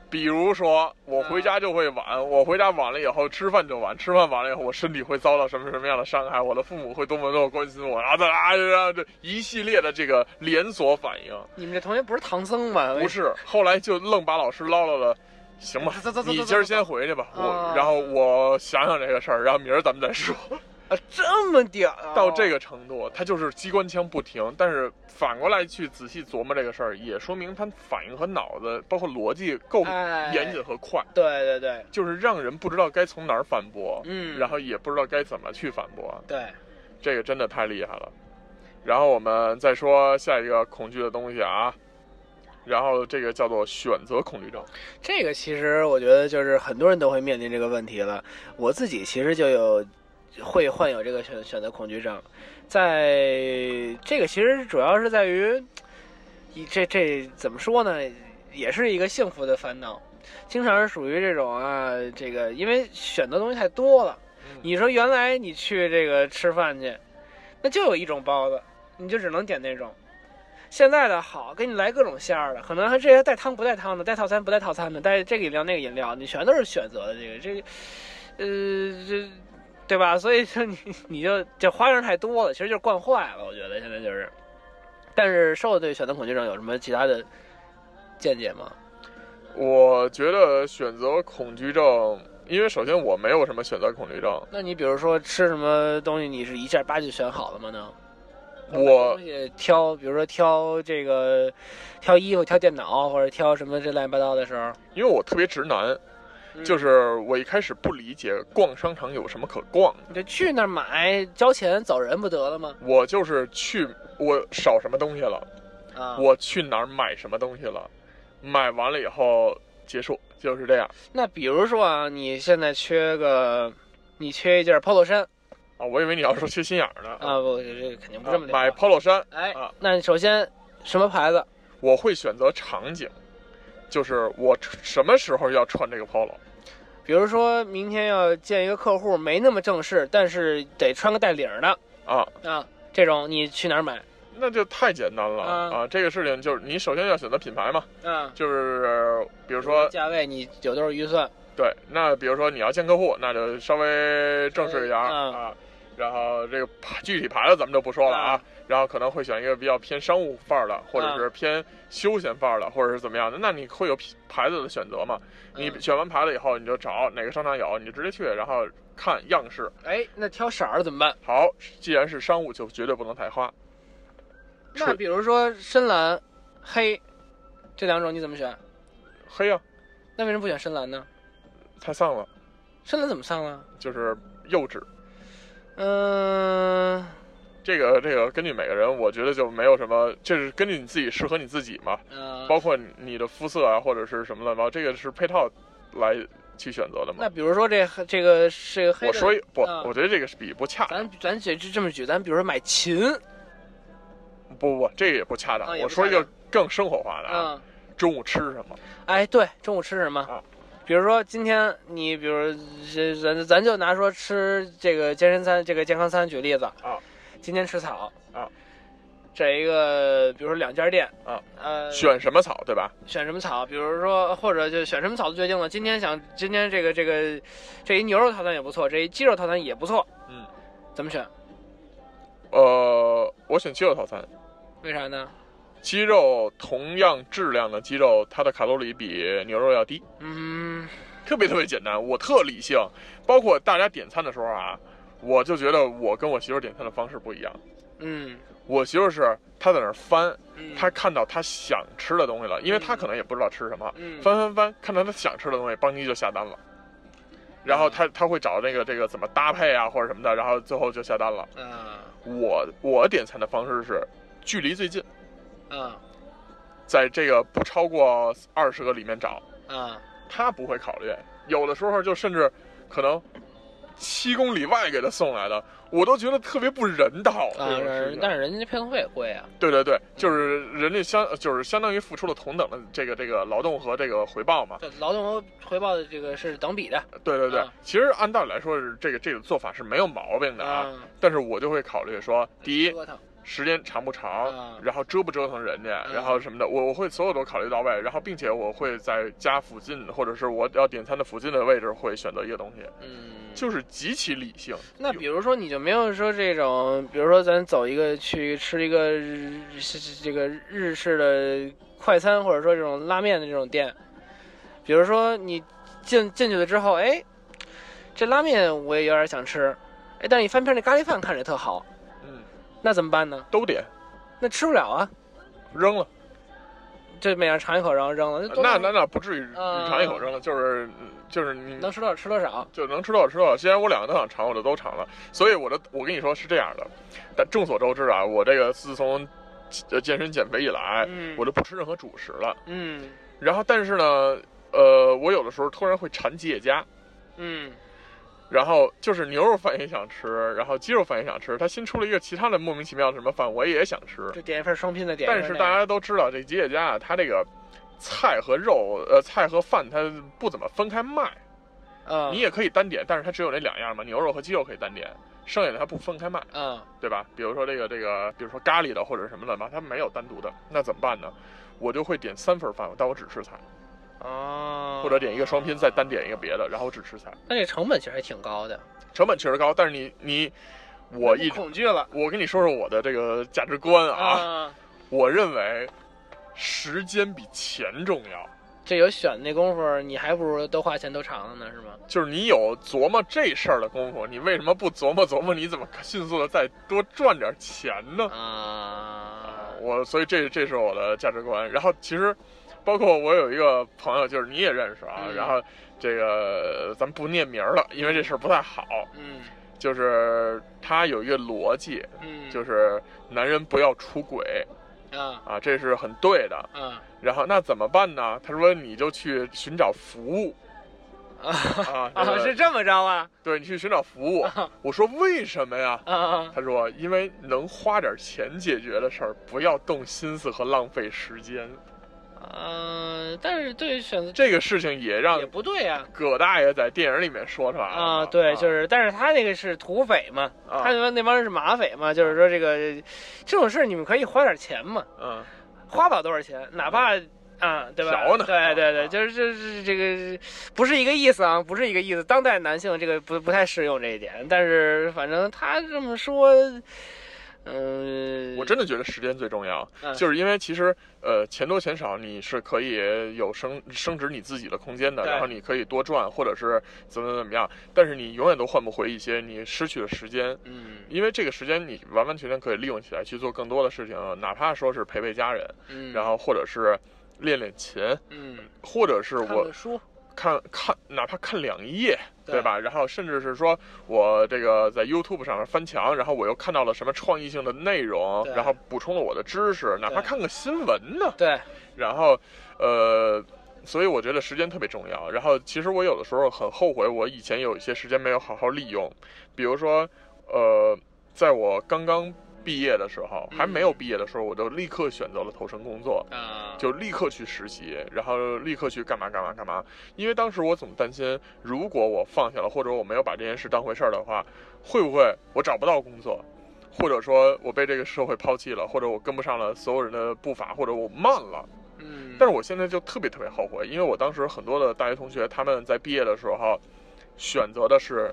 Speaker 2: 比如说我回家就会晚，我回家晚了以后吃饭就晚，吃饭晚了以后我身体会遭到什么什么样的伤害，我的父母会多么多么关心我，然后再啊啊这一系列的这个连锁反应。
Speaker 4: 你们这同学不是唐僧吗？
Speaker 2: 不是，后来就愣把老师捞了了。行吧
Speaker 4: 走走，走
Speaker 2: 你
Speaker 4: 走
Speaker 2: 今儿
Speaker 4: 走
Speaker 2: 先回去吧，我
Speaker 4: 啊
Speaker 2: 然后我想想这个事儿，然后明儿咱们再说。
Speaker 4: 啊，这么屌啊！
Speaker 2: 到这个程度，他就是机关枪不停，但是反过来去仔细琢磨这个事儿，也说明他反应和脑子，包括逻辑够
Speaker 4: 哎
Speaker 2: 严谨和快，
Speaker 4: 对对对，
Speaker 2: 就是让人不知道该从哪儿反驳，
Speaker 4: 嗯
Speaker 2: 然后也不知道该怎么去反驳，
Speaker 4: 对，
Speaker 2: 这个真的太厉害了。然后我们再说下一个恐惧的东西啊，然后这个叫做选择恐惧症，
Speaker 4: 这个其实我觉得就是很多人都会面临这个问题了。我自己其实就有会患有这个选选择恐惧症，在这个其实主要是在于，一这这怎么说呢，也是一个幸福的烦恼。经常是属于这种啊，这个因为选择东西太多了。你说原来你去这个吃饭去，那就有一种包子，你就只能点那种。现在的好，给你来各种馅儿的，可能还这些带汤不带汤的，带套餐不带套餐的，带这个饮料那个饮料，你全都是选择的这个这个，呃这，对吧？所以说你你就这花样太多了，其实就是惯坏了，我觉得现在就是。但是瘦子对选择恐惧症有什么其他的见解吗？
Speaker 2: 我觉得选择恐惧症，因为首先我没有什么选择恐惧症，
Speaker 4: 那你比如说吃什么东西，你是一下八就选好了吗？呢？
Speaker 2: 我
Speaker 4: 东西挑，比如说挑这个，挑衣服、挑电脑或者挑什么这乱七八糟的时候，
Speaker 2: 因为我特别直男，嗯就是我一开始不理解逛商场有什么可逛的，
Speaker 4: 你就去那儿买，交钱走人不得了吗？
Speaker 2: 我就是去我少什么东西了，
Speaker 4: 啊，
Speaker 2: 我去哪儿买什么东西了，买完了以后结束，就是这样
Speaker 4: 那比如说啊，你现在缺个，你缺一件 polo 衫
Speaker 2: 啊。我以为你要说缺心眼儿呢，
Speaker 4: 啊，不，这肯定不这么
Speaker 2: 啊
Speaker 4: 聊
Speaker 2: 买 polo 衫，
Speaker 4: 哎
Speaker 2: 啊，
Speaker 4: 那你首先什么牌子？
Speaker 2: 我会选择场景，就是我什么时候要穿这个 polo，
Speaker 4: 比如说明天要见一个客户，没那么正式，但是得穿个带领儿的
Speaker 2: 啊。
Speaker 4: 啊，这种你去哪儿买？
Speaker 2: 那就太简单了
Speaker 4: 啊
Speaker 2: 啊！这个事情就是你首先要选择品牌嘛，
Speaker 4: 啊，
Speaker 2: 就是比如说
Speaker 4: 价位你有多少预算？
Speaker 2: 对，那比如说你要见客户，那就稍微正式一点儿
Speaker 4: 嗯
Speaker 2: 啊。然后这个牌具体牌子咱们就不说了啊
Speaker 4: 啊，
Speaker 2: 然后可能会选一个比较偏商务范儿的，或者
Speaker 4: 嗯
Speaker 2: 是偏休闲范儿的，或者是怎么样的。那你会有品牌子的选择嘛？你
Speaker 4: 嗯
Speaker 2: 选完牌子以后，你就找哪个商场有，你就直接去，然后看样式。
Speaker 4: 哎，那挑色儿怎么办？
Speaker 2: 好，既然是商务，就绝对不能太花。
Speaker 4: 那
Speaker 2: 纯
Speaker 4: 比如说深蓝、黑这两种你怎么选？
Speaker 2: 黑呀、
Speaker 4: 那为什么不选深蓝呢？
Speaker 2: 太丧了，
Speaker 4: 深蓝怎么上啊呢？
Speaker 2: 就是幼稚。
Speaker 4: 嗯、
Speaker 2: 这个这个根据每个人，我觉得就没有什么，这是根据你自己适合你自己嘛。
Speaker 4: 呃
Speaker 2: 包括你的肤色啊，或者是什么乱七八糟，这个是配套来去选择的嘛
Speaker 4: 那？比如说这黑这个这个黑
Speaker 2: 我
Speaker 4: 的，
Speaker 2: 说一不，
Speaker 4: 嗯
Speaker 2: 我觉得这个是比不恰当，
Speaker 4: 咱咱这这么举，咱比如说买琴
Speaker 2: 不不不，这个也不恰当
Speaker 4: 啊。也
Speaker 2: 我
Speaker 4: 不恰
Speaker 2: 说一个更生活化的啊，
Speaker 4: 啊，
Speaker 2: 中午吃什么？
Speaker 4: 哎，对，中午吃什么？
Speaker 2: 啊
Speaker 4: 比如说今天你，比如这咱咱就拿说吃这个健身餐、这个健康餐举例子
Speaker 2: 啊。
Speaker 4: 今天吃草
Speaker 2: 啊，
Speaker 4: 这一个比如说两家店
Speaker 2: 啊，
Speaker 4: 呃，
Speaker 2: 选什么草，对吧？
Speaker 4: 选什么草？比如说或者就选什么草就决定了。今天想今天这个这个这一牛肉套餐也不错，这一鸡肉套餐也不错，
Speaker 2: 嗯，
Speaker 4: 怎么选？
Speaker 2: 呃，我选鸡肉套餐。
Speaker 4: 为啥呢？
Speaker 2: 鸡肉同样质量的鸡肉，它的卡路里比牛肉要低，
Speaker 4: 嗯，
Speaker 2: 特别特别简单。我特理性，包括大家点餐的时候啊，我就觉得我跟我媳妇点餐的方式不一样。
Speaker 4: 嗯，
Speaker 2: 我媳妇是她在那儿翻，
Speaker 4: 嗯
Speaker 2: 她看到她想吃的东西了，因为她可能也不知道吃什么，
Speaker 4: 嗯
Speaker 2: 翻翻翻，看到她想吃的东西，邦尼就下单了。然后
Speaker 4: 嗯
Speaker 2: 她她会找那个这个怎么搭配啊或者什么的，然后最后就下单了。
Speaker 4: 啊
Speaker 2: 我我点餐的方式是距离最近，
Speaker 4: 啊
Speaker 2: 在这个不超过二十个里面找，
Speaker 4: 啊
Speaker 2: 他不会考虑。有的时候就甚至可能七公里外给他送来的，我都觉得特别不人道。
Speaker 4: 啊！
Speaker 2: 这种事情
Speaker 4: 但是人家配送费也贵啊。
Speaker 2: 对对对，就是人家相就是相当于付出了同等的这个这个劳动和这个回报嘛。
Speaker 4: 对，劳动回报的这个是等比的
Speaker 2: 对对对
Speaker 4: 啊，
Speaker 2: 其实按道理来说是这个这个做法是没有毛病的啊。
Speaker 4: 啊。
Speaker 2: 但是我就会考虑说，第一
Speaker 4: 折腾
Speaker 2: 时间长不
Speaker 4: 啊
Speaker 2: 长，然后折不折腾人家，
Speaker 4: 嗯
Speaker 2: 然后什么的，我我会所有都考虑到位，然后并且我会在家附近或者是我要点餐的附近的位置会选择一个东西，
Speaker 4: 嗯，
Speaker 2: 就是极其理性。
Speaker 4: 那
Speaker 2: 有
Speaker 4: 比如说你就没有说这种，比如说咱走一个去吃一个日是是这个日式的快餐，或者说这种拉面的这种店，比如说你进进去了之后，哎，这拉面我也有点想吃，哎，但是你翻篇那咖喱饭看着也特好，
Speaker 2: 嗯，
Speaker 4: 那怎么办呢？
Speaker 2: 都点
Speaker 4: 那吃不了啊，
Speaker 2: 扔了，
Speaker 4: 这每样尝一口然后扔了，多
Speaker 2: 那
Speaker 4: 能
Speaker 2: 那那不至于
Speaker 4: 嗯
Speaker 2: 尝一口扔了，就是嗯就是你
Speaker 4: 能吃多少吃多少，
Speaker 2: 就能吃多少吃多少。既然我两个都想尝，我就都尝了。所以我的我跟你说是这样的，但众所周知啊，我这个自从呃健身减肥以来，
Speaker 4: 嗯
Speaker 2: 我就不吃任何主食了。
Speaker 4: 嗯
Speaker 2: 然后但是呢，呃，我有的时候突然会馋吉野家，
Speaker 4: 嗯
Speaker 2: 然后就是牛肉饭也想吃，然后鸡肉饭也想吃，它新出了一个其他的莫名其妙的什么饭，我也想吃。
Speaker 4: 就点一份双拼的点一份
Speaker 2: 但
Speaker 4: 那个，
Speaker 2: 是大家都知道，这吉野家啊，它这个菜和肉，呃，菜和饭它不怎么分开卖，
Speaker 4: 嗯，
Speaker 2: 你也可以单点，但是它只有那两样嘛，牛肉和鸡肉可以单点。剩下的它不分开卖，
Speaker 4: 嗯
Speaker 2: 对吧？比如说这个这个，比如说咖喱的或者什么的嘛，它没有单独的，那怎么办呢？我就会点三份饭，但我只吃菜，
Speaker 4: 哦，
Speaker 2: 或者点一个双拼，再单点一个别的，然后我只吃菜。
Speaker 4: 那这成本其实还挺高的。
Speaker 2: 成本确实高，但是你你，我一直
Speaker 4: 恐惧了
Speaker 2: 我跟你说说我的这个价值观啊，
Speaker 4: 啊！
Speaker 2: 我认为时间比钱重要，
Speaker 4: 这有选那功夫，你还不如都花钱都尝尝呢，是吗？
Speaker 2: 就是你有琢磨这事儿的功夫，你为什么不琢磨琢磨你怎么迅速的再多赚点钱呢？
Speaker 4: 啊，
Speaker 2: 我所以这这是我的价值观。然后其实，包括我有一个朋友，就是你也认识啊，
Speaker 4: 嗯
Speaker 2: 然后这个咱不念名儿了，因为这事儿不太好。
Speaker 4: 嗯
Speaker 2: 就是他有一个逻辑，
Speaker 4: 嗯，
Speaker 2: 就是男人不要出轨
Speaker 4: 啊
Speaker 2: 啊，这是很对的。
Speaker 4: 啊
Speaker 2: 然后那怎么办呢？他说你就去寻找服务
Speaker 4: 啊
Speaker 2: 啊，
Speaker 4: 啊！
Speaker 2: 这
Speaker 4: 是
Speaker 2: 个
Speaker 4: 这么着啊
Speaker 2: 对你去寻找服务
Speaker 4: 啊。
Speaker 2: 我说为什么呀？
Speaker 4: 啊！
Speaker 2: 他说因为能花点钱解决的事儿，不要动心思和浪费时间。
Speaker 4: 嗯，但是对于选择
Speaker 2: 这个事情也让
Speaker 4: 也不对呀。
Speaker 2: 葛大爷在电影里面说出来了
Speaker 4: 啊，对，就是是，但是他那个是土匪嘛，
Speaker 2: 啊
Speaker 4: 他那那帮人是马匪嘛，就是说这个这种事儿你们可以花点钱嘛，
Speaker 2: 嗯，
Speaker 4: 花不了多少钱，哪怕啊，对吧？
Speaker 2: 嫖呢
Speaker 4: 对对
Speaker 2: 啊
Speaker 4: 对，就是就是这个不是一个意思啊，不是一个意思。当代男性这个不不太适用这一点，但是反正他这么说，嗯、
Speaker 2: 我真的觉得时间最重要，
Speaker 4: 嗯
Speaker 2: 就是因为其实呃钱多钱少你是可以有升升值你自己的空间的，
Speaker 4: 对
Speaker 2: 然后你可以多赚或者是怎么怎么样，但是你永远都换不回一些你失去的时间，
Speaker 4: 嗯
Speaker 2: 因为这个时间你完完全全可以利用起来去做更多的事情，哪怕说是陪陪家人，
Speaker 4: 嗯，
Speaker 2: 然后或者是练练琴，
Speaker 4: 嗯，
Speaker 2: 或者是
Speaker 4: 看
Speaker 2: 我
Speaker 4: 看书，
Speaker 2: 看看，哪怕看两页，
Speaker 4: 对
Speaker 2: 对吧？然后甚至是说我这个在 YouTube 上面翻墙，然后我又看到了什么创意性的内容，
Speaker 4: 对
Speaker 2: 然后补充了我的知识，哪怕
Speaker 4: 对
Speaker 2: 看个新闻呢。
Speaker 4: 对，
Speaker 2: 然后，呃，所以我觉得时间特别重要。然后，其实我有的时候很后悔，我以前有一些时间没有好好利用，比如说，呃，在我刚刚毕业的时候，还没
Speaker 4: 嗯
Speaker 2: 有毕业的时候，我就立刻选择了投身工作，
Speaker 4: 啊，
Speaker 2: 就立刻去实习，然后立刻去干嘛干嘛干嘛。因为当时我总担心，如果我放下了，或者我没有把这件事当回事儿的话，会不会我找不到工作，或者说我被这个社会抛弃了，或者我跟不上了所有人的步伐，或者我慢了。
Speaker 4: 嗯，
Speaker 2: 但是我现在就特别特别后悔，因为我当时很多的大学同学，他们在毕业的时候选择的是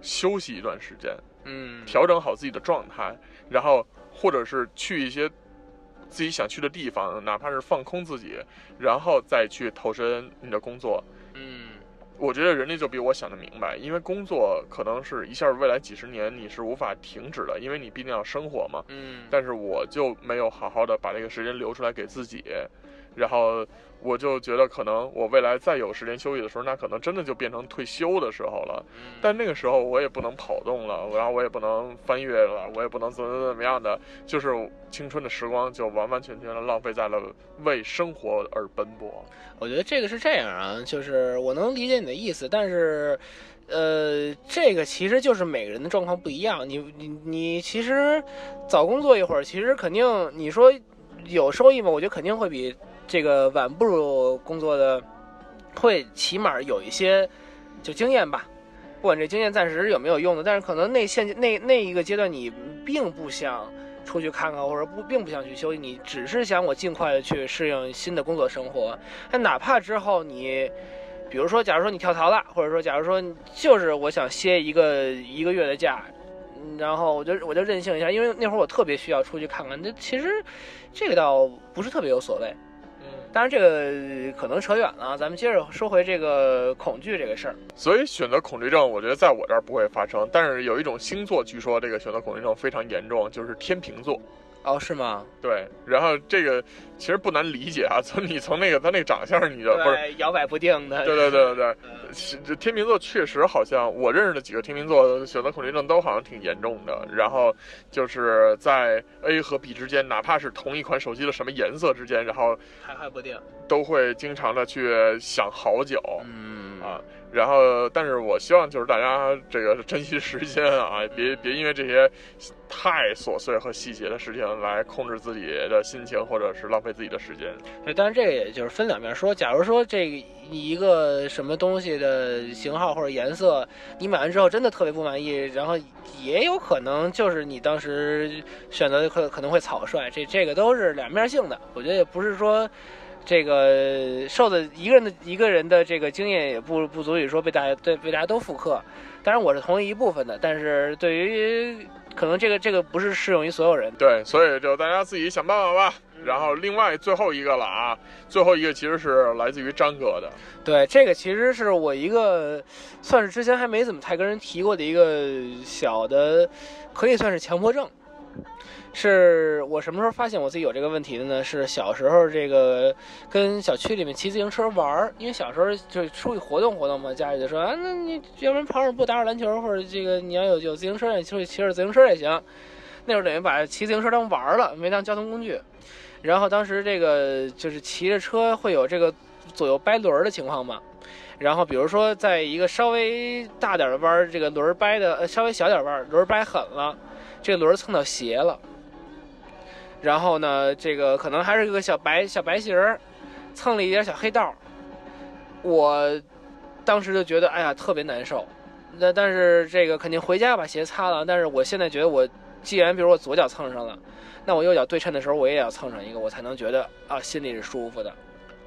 Speaker 2: 休息一段时间，
Speaker 4: 嗯，
Speaker 2: 调整好自己的状态，然后或者是去一些自己想去的地方，哪怕是放空自己，然后再去投身你的工作。
Speaker 4: 嗯
Speaker 2: 我觉得人家就比我想的明白，因为工作可能是一下未来几十年你是无法停止的，因为你毕竟要生活嘛。
Speaker 4: 嗯，
Speaker 2: 但是我就没有好好的把这个时间留出来给自己，然后我就觉得可能我未来再有时间休息的时候，那可能真的就变成退休的时候了。
Speaker 4: 嗯
Speaker 2: 但那个时候我也不能跑动了，然后我也不能翻越了，我也不能怎么怎么样的，就是青春的时光就完完全全的浪费在了为生活而奔波。
Speaker 4: 我觉得这个是这样啊，就是我能理解你的意思，但是，呃，这个其实就是每个人的状况不一样。你你你其实早工作一会儿，其实肯定你说有收益吗？我觉得肯定会比这个晚步入工作的会起码有一些就经验吧。不管这经验暂时有没有用的，但是可能那现那那一个阶段你并不想出去看看，或者不并不想去休息，你只是想我尽快的去适应新的工作生活。但哪怕之后你，比如说，假如说你跳槽了，或者说，假如说你就是我想歇一个一个月的假，嗯然后我就我就任性一下，因为那会儿我特别需要出去看看。这其实这个倒不是特别有所谓。
Speaker 2: 嗯，
Speaker 4: 当然，这个可能扯远了啊，咱们接着说回这个恐惧这个事儿。
Speaker 2: 所以选择恐惧症，我觉得在我这儿不会发生，但是有一种星座，据说这个选择恐惧症非常严重，就是天秤座。
Speaker 4: 哦，是吗？
Speaker 2: 对，然后这个其实不难理解啊，从你从那个他那个长相，你就不是。，
Speaker 4: 摇摆不定的。
Speaker 2: 对对对对对，
Speaker 4: 嗯
Speaker 2: 是这天秤座确实好像我认识的几个天秤座选择恐惧症都好像挺严重的，然后就是在 A 和 B 之间，哪怕是同一款手机的什么颜色之间，然后
Speaker 4: 徘徊不定。
Speaker 2: 都会经常的去想好久。
Speaker 4: 嗯
Speaker 2: 啊然后，但是我希望就是大家这个珍惜时间啊，别别因为这些太琐碎和细节的事情来控制自己的心情，或者是浪费自己的时间。
Speaker 4: 对，当然这个也就是分两面说。假如说这个一个什么东西的型号或者颜色，你买完之后真的特别不满意，然后也有可能就是你当时选择的可可能会草率，这这个都是两面性的。我觉得也不是说。这个受的一个人的一个人的这个经验也不不足以说被大家对被大家都复刻，当然我是同意一部分的，但是对于可能这个这个不是适用于所有人。
Speaker 2: 对，所以就大家自己想办法吧。
Speaker 4: 嗯
Speaker 2: 然后，另外最后一个了啊，最后一个其实是来自于张哥的，
Speaker 4: 对，这个其实是我一个算是之前还没怎么太跟人提过的一个小的，可以算是强迫症。是我什么时候发现我自己有这个问题的呢？是小时候这个跟小区里面骑自行车玩儿，因为小时候就出去活动活动嘛，家里就说啊，那你要不然跑跑步、打会儿篮球，或者这个你要有有自行车，你出去骑着自行车也行。那会儿等于把骑自行车当玩儿了，没当交通工具。然后当时这个就是骑着车会有这个左右掰轮儿的情况嘛。然后比如说，在一个稍微大点儿的弯儿，这个轮儿掰的呃稍微小点儿弯儿，轮儿掰狠了，这个轮儿蹭到鞋了。然后呢，这个可能还是个小白小白鞋儿，蹭了一点小黑道儿。我当时就觉得，哎呀，特别难受。那但是这个肯定回家把鞋擦了。但是我现在觉得我，既然比如我左脚蹭上了，那我右脚对称的时候，我也要蹭上一个，我才能觉得啊，心里是舒服的。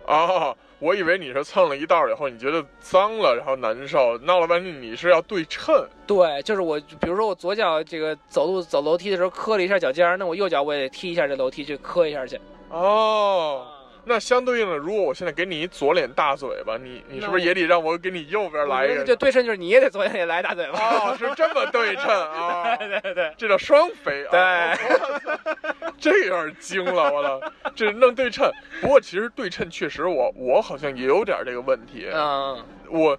Speaker 2: 哦，我以为你是蹭了一道儿以后，你觉得脏了，然后难受，闹了半天你是要对称，
Speaker 4: 对，就是我，比如说我左脚这个走路走楼梯的时候磕了一下脚尖儿，那我右脚我也得踢一下这楼梯去磕一下去。
Speaker 2: 哦。那相对应的，如果我现在给你左脸大嘴巴，你你是不是也得让我给你右边来一
Speaker 4: 我觉得
Speaker 2: 个？
Speaker 4: 这对称就是你也得左脚也来大嘴巴。
Speaker 2: 哦，是这么对称啊、哦，
Speaker 4: 对对对，
Speaker 2: 这叫双飞啊！
Speaker 4: 对
Speaker 2: 我操， 这有点惊了，我操，这弄对称。不过其实对称确实我，我好像也有点这个问题，
Speaker 4: 嗯
Speaker 2: 我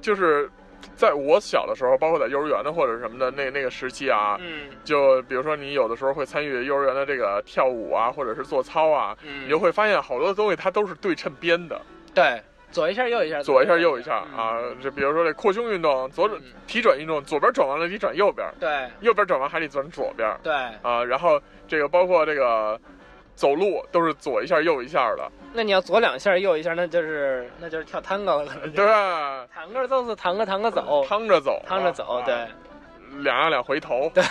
Speaker 2: 就是在我小的时候，包括在幼儿园的或者什么的那那个时期啊，
Speaker 4: 嗯
Speaker 2: 就比如说你有的时候会参与幼儿园的这个跳舞啊，或者是做操啊，
Speaker 4: 嗯
Speaker 2: 你就会发现好多东西它都是对称编的。
Speaker 4: 对，左一下右一下，
Speaker 2: 左一下右一下啊
Speaker 4: 嗯，
Speaker 2: 这比如说这扩胸运动，左转
Speaker 4: 嗯
Speaker 2: 体转运动，左边转完了你转右边，
Speaker 4: 对
Speaker 2: 右边转完还得转左边
Speaker 4: 对，
Speaker 2: 啊，然后这个包括这个走路都是左一下右一下的，
Speaker 4: 那你要左两下右一下，那就是那就是跳探戈了，可能就
Speaker 2: 对吧？
Speaker 4: 探戈就是探戈探戈走，
Speaker 2: 趟着走，
Speaker 4: 趟着走
Speaker 2: 啊，
Speaker 4: 对，
Speaker 2: 两样两回头，对，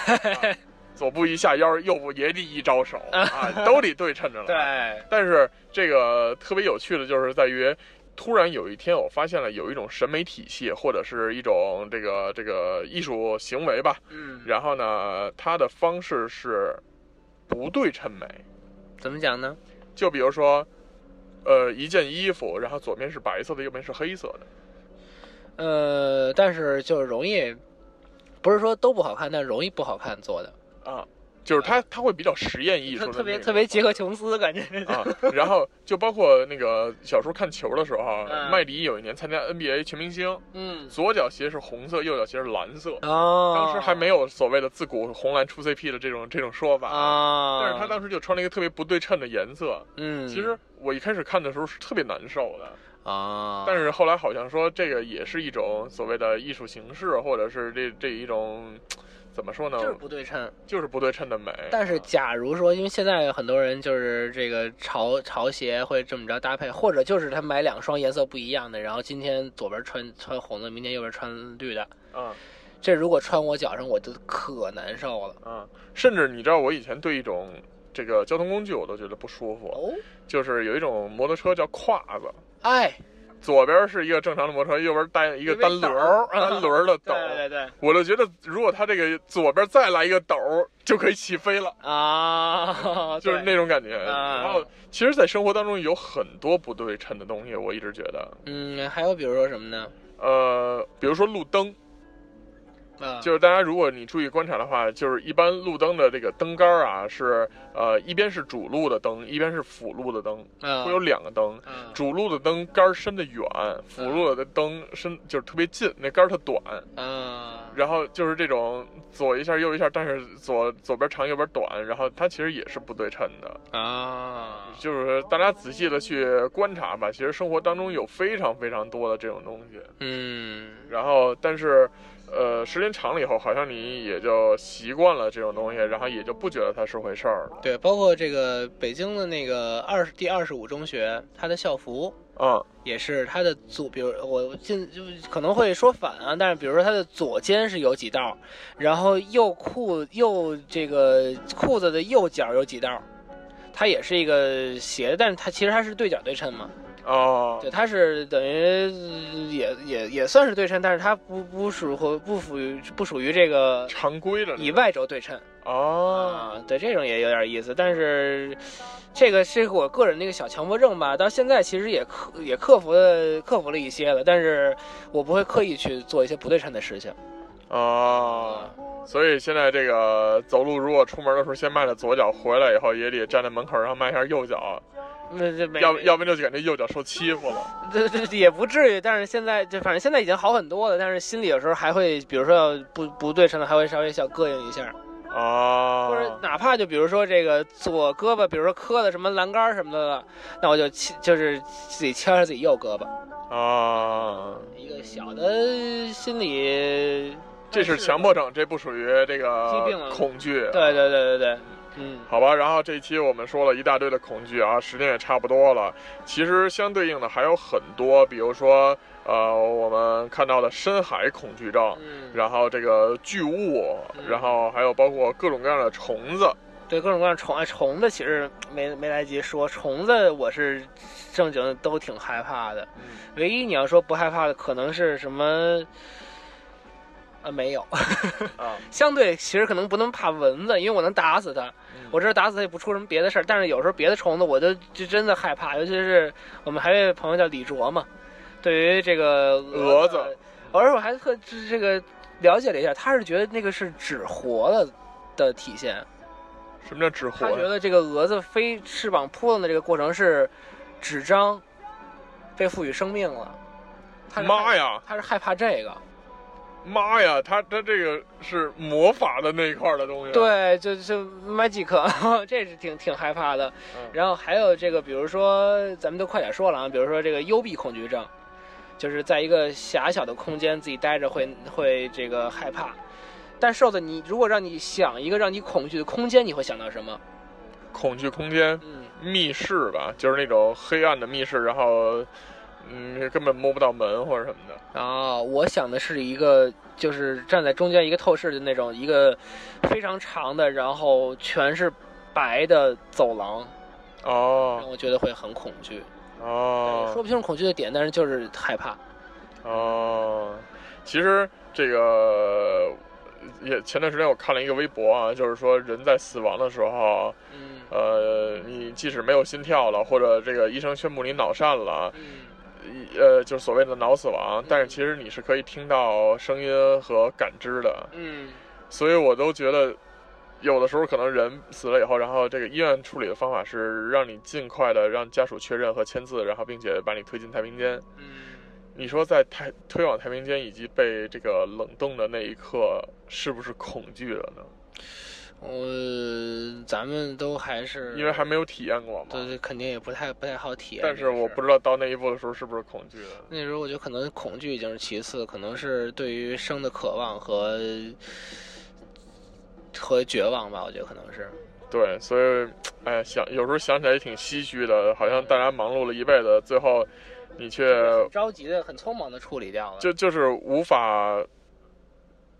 Speaker 2: 左步一下腰，右步也得一招手啊，都得对称着来。
Speaker 4: 对，
Speaker 2: 但是这个特别有趣的就是在于，突然有一天我发现了有一种审美体系或者是一种这个这个艺术行为吧，
Speaker 4: 嗯，
Speaker 2: 然后呢，它的方式是不对称美，
Speaker 4: 怎么讲呢？
Speaker 2: 就比如说。呃，一件衣服，然后左边是白色的，右边是黑色的。
Speaker 4: 呃，但是就是容易，不是说都不好看，但容易不好看做的，
Speaker 2: 就是它，它会比较实验艺术
Speaker 4: 特
Speaker 2: 的
Speaker 4: 特别
Speaker 2: 那种
Speaker 4: 特别杰克琼斯感觉，
Speaker 2: 啊，然后就包括那个小时候看球的时候，啊
Speaker 4: 嗯
Speaker 2: 麦迪有一年参加 NBA 全明星，
Speaker 4: 嗯，
Speaker 2: 左脚鞋是红色，右脚鞋是蓝色。
Speaker 4: 哦，
Speaker 2: 当时还没有所谓的自古红蓝出 CP 的这种这种说法，
Speaker 4: 啊，
Speaker 2: 但是他当时就穿了一个特别不对称的颜色。
Speaker 4: 嗯，
Speaker 2: 其实我一开始看的时候是特别难受的，
Speaker 4: 啊，
Speaker 2: 但是后来好像说这个也是一种所谓的艺术形式，或者是这这一种怎么说呢，
Speaker 4: 就是不对称。
Speaker 2: 就是不对称的美。
Speaker 4: 但是
Speaker 2: 啊
Speaker 4: 假如说，因为现在很多人就是这个潮潮鞋会这么着搭配，或者就是他买两双颜色不一样的，然后今天左边穿穿红的，明天右边穿绿的，
Speaker 2: 嗯
Speaker 4: 这如果穿我脚上，我就可难受了。
Speaker 2: 嗯，甚至你知道我以前对一种这个交通工具我都觉得不舒服，
Speaker 4: 哦，
Speaker 2: 就是有一种摩托车叫胯子，
Speaker 4: 哎，
Speaker 2: 左边是一个正常的摩托车，右边带一个单轮儿
Speaker 4: 一个斗儿
Speaker 2: 单轮儿的斗
Speaker 4: 对
Speaker 2: 儿。
Speaker 4: 对对
Speaker 2: 我就觉得，如果它这个左边再来一个斗儿，就可以起飞了，
Speaker 4: 啊，
Speaker 2: 就是那
Speaker 4: 对
Speaker 2: 种感觉。
Speaker 4: 啊
Speaker 2: 然后，其实，在生活当中有很多不对称的东西，我一直觉得，
Speaker 4: 嗯，还有比如说什么呢？
Speaker 2: 呃，比如说路灯，
Speaker 4: 啊，
Speaker 2: 就是大家如果你注意观察的话，就是一般路灯的这个灯杆儿啊，是呃一边是主路的灯，一边是辅路的灯，
Speaker 4: 啊
Speaker 2: 会有两个灯。
Speaker 4: 啊
Speaker 2: 主路的灯杆儿伸得远，辅路的灯伸就是特别近，那杆儿特短。
Speaker 4: 啊，
Speaker 2: 然后就是这种左一下右一下，但是左左边长右边短，然后它其实也是不对称的。
Speaker 4: 啊，
Speaker 2: 就是大家仔细的去观察吧，其实生活当中有非常非常多的这种东西。
Speaker 4: 嗯，
Speaker 2: 然后，但是，呃，时间长了以后，好像你也就习惯了这种东西，然后也就不觉得它是回事儿了。
Speaker 4: 对，包括这个北京的那个二十第二十五中学，它的校服。
Speaker 2: 嗯
Speaker 4: 也是它的左，比如我进就可能会说反啊，但是比如说它的左肩是有几道，然后右裤右这个裤子的右角有几道，它也是一个斜，但是它其实它是对角对称嘛，
Speaker 2: 哦
Speaker 4: 对，它是等于呃也也也算是对称，但是它不不属或不属于不属于这个
Speaker 2: 常规的
Speaker 4: 以外轴对称
Speaker 2: 哦，
Speaker 4: 啊，对这种也有点意思，但是这个是我个人的一个小强迫症吧，到现在其实也克也克服了克服了一些了，但是我不会刻意去做一些不对称的事情啊
Speaker 2: 哦，所以现在这个走路，如果出门的时候先迈着左脚，回来以后也得站在门口上迈一下右脚，
Speaker 4: 那这没
Speaker 2: 要要不然就感觉右脚受欺负了。
Speaker 4: 这这也不至于，但是现在就反正现在已经好很多了，但是心里有时候还会，比如说要不不对称的，还会稍微小膈应一下。
Speaker 2: 哦
Speaker 4: 或者哪怕就比如说这个左胳膊，比如说磕的什么栏杆儿什么的了，那我就切就是自己敲一下自己右胳膊，
Speaker 2: 哦，
Speaker 4: 一个小的心理，
Speaker 2: 这是强迫症，这不属于这
Speaker 4: 疾病了
Speaker 2: 个恐惧。
Speaker 4: 对对对对对，嗯，
Speaker 2: 好吧，然后这一期我们说了一大堆的恐惧啊，时间也差不多了。其实相对应的还有很多，比如说呃，我们看到的深海恐惧症，
Speaker 4: 嗯，
Speaker 2: 然后这个巨物，然后还有包括各种各样的虫子。
Speaker 4: 对各种各样虫，哎虫子其实没没来及说，虫子我是正经都挺害怕的，唯一你要说不害怕的可能是什么？啊，没有，
Speaker 2: 啊，
Speaker 4: 相对其实可能不能怕蚊子，因为我能打死它。
Speaker 2: 嗯
Speaker 4: 我知道打死它也不出什么别的事儿，但是有时候别的虫子我就就真的害怕，尤其是我们还有一位朋友叫李卓嘛，对于这个
Speaker 2: 蛾子，
Speaker 4: 而我还特这这个了解了一下，他是觉得那个是纸活了的体现，
Speaker 2: 什么叫纸活
Speaker 4: 他？觉得这个蛾子飞翅膀扑棱的这个过程是纸张被赋予生命了，他是害
Speaker 2: 妈呀！
Speaker 4: 他是害怕这个，
Speaker 2: 妈呀，他他这个是魔法的那一块儿的东西。，啊
Speaker 4: 对，就就 magic，这 是挺挺害怕的。
Speaker 2: 嗯
Speaker 4: 然后还有这个，比如说咱们都快点说了啊，比如说这个幽闭恐惧症，就是在一个狭小的空间自己待着会会这个害怕。但瘦子，你如果让你想一个让你恐惧的空间，你会想到什么？
Speaker 2: 恐惧空间
Speaker 4: 嗯，
Speaker 2: 密室吧，就是那种黑暗的密室，然后嗯根本摸不到门或者什么的。
Speaker 4: 啊，我想的是一个，就是站在中间一个透视的那种，一个非常长的，然后全是白的走廊，让
Speaker 2: 哦
Speaker 4: 我觉得会很恐惧。
Speaker 2: 哦，
Speaker 4: 说不清楚恐惧的点，但是就是害怕。
Speaker 2: 哦，其实这个呃也前段时间我看了一个微博啊，就是说人在死亡的时候，啊
Speaker 4: 嗯
Speaker 2: 呃，你即使没有心跳了，或者这个医生宣布你脑疝了，
Speaker 4: 嗯
Speaker 2: 呃，就是所谓的脑死亡，但是其实你是可以听到声音和感知的，
Speaker 4: 嗯，
Speaker 2: 所以我都觉得。有的时候可能人死了以后，然后这个医院处理的方法是让你尽快的让家属确认和签字，然后并且把你推进太平间。你说在太推往太平间以及被这个冷冻的那一刻，是不是恐惧了呢？
Speaker 4: 我咱们都还是
Speaker 2: 因为还没有体验过嘛。
Speaker 4: 对对，肯定也不太不太好体验这
Speaker 2: 但
Speaker 4: 个事
Speaker 2: 是
Speaker 4: 儿。
Speaker 2: 我不知道到那一步的时候是不是恐惧的。
Speaker 4: 那时候我觉得可能恐惧已经是其次，可能是对于生的渴望和和绝望吧，我觉得可能是。
Speaker 2: 对，所以，哎，想有时候想起来也挺唏嘘的，好像大家忙碌了一辈子，最后你却
Speaker 4: 很着急的、很匆忙的处理掉了。
Speaker 2: 就就是无法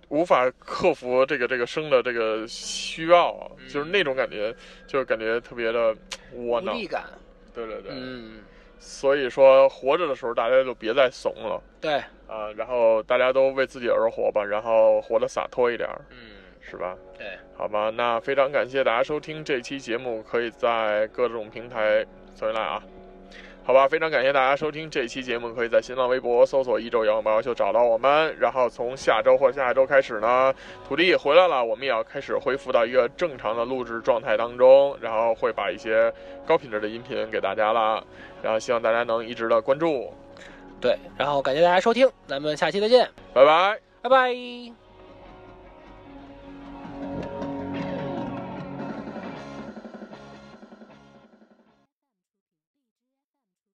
Speaker 2: 无法克服这个这个生的这个需要，啊
Speaker 4: 嗯
Speaker 2: 就是那种感觉，就是感觉特别的窝
Speaker 4: 无
Speaker 2: 囊。
Speaker 4: 力感，
Speaker 2: 对对对，
Speaker 4: 嗯，
Speaker 2: 所以说活着的时候大家就别再怂了。
Speaker 4: 对，
Speaker 2: 啊，然后大家都为自己而活吧，然后活得洒脱一点儿，
Speaker 4: 嗯，
Speaker 2: 是吧？
Speaker 4: 对，
Speaker 2: 好吧，那非常感谢大家收听这期节目，可以在各种平台回来啊。好吧，非常感谢大家收听这期节目，可以在新浪微博搜索“一周摇滚八卦秀”找到我们。然后从下周或下下周开始呢，土地回来了，我们也要开始恢复到一个正常的录制状态当中，然后会把一些高品质的音频给大家啦。然后希望大家能一直的关注，
Speaker 4: 对。然后感谢大家收听，咱们下期再见，
Speaker 2: 拜拜。
Speaker 4: 拜拜。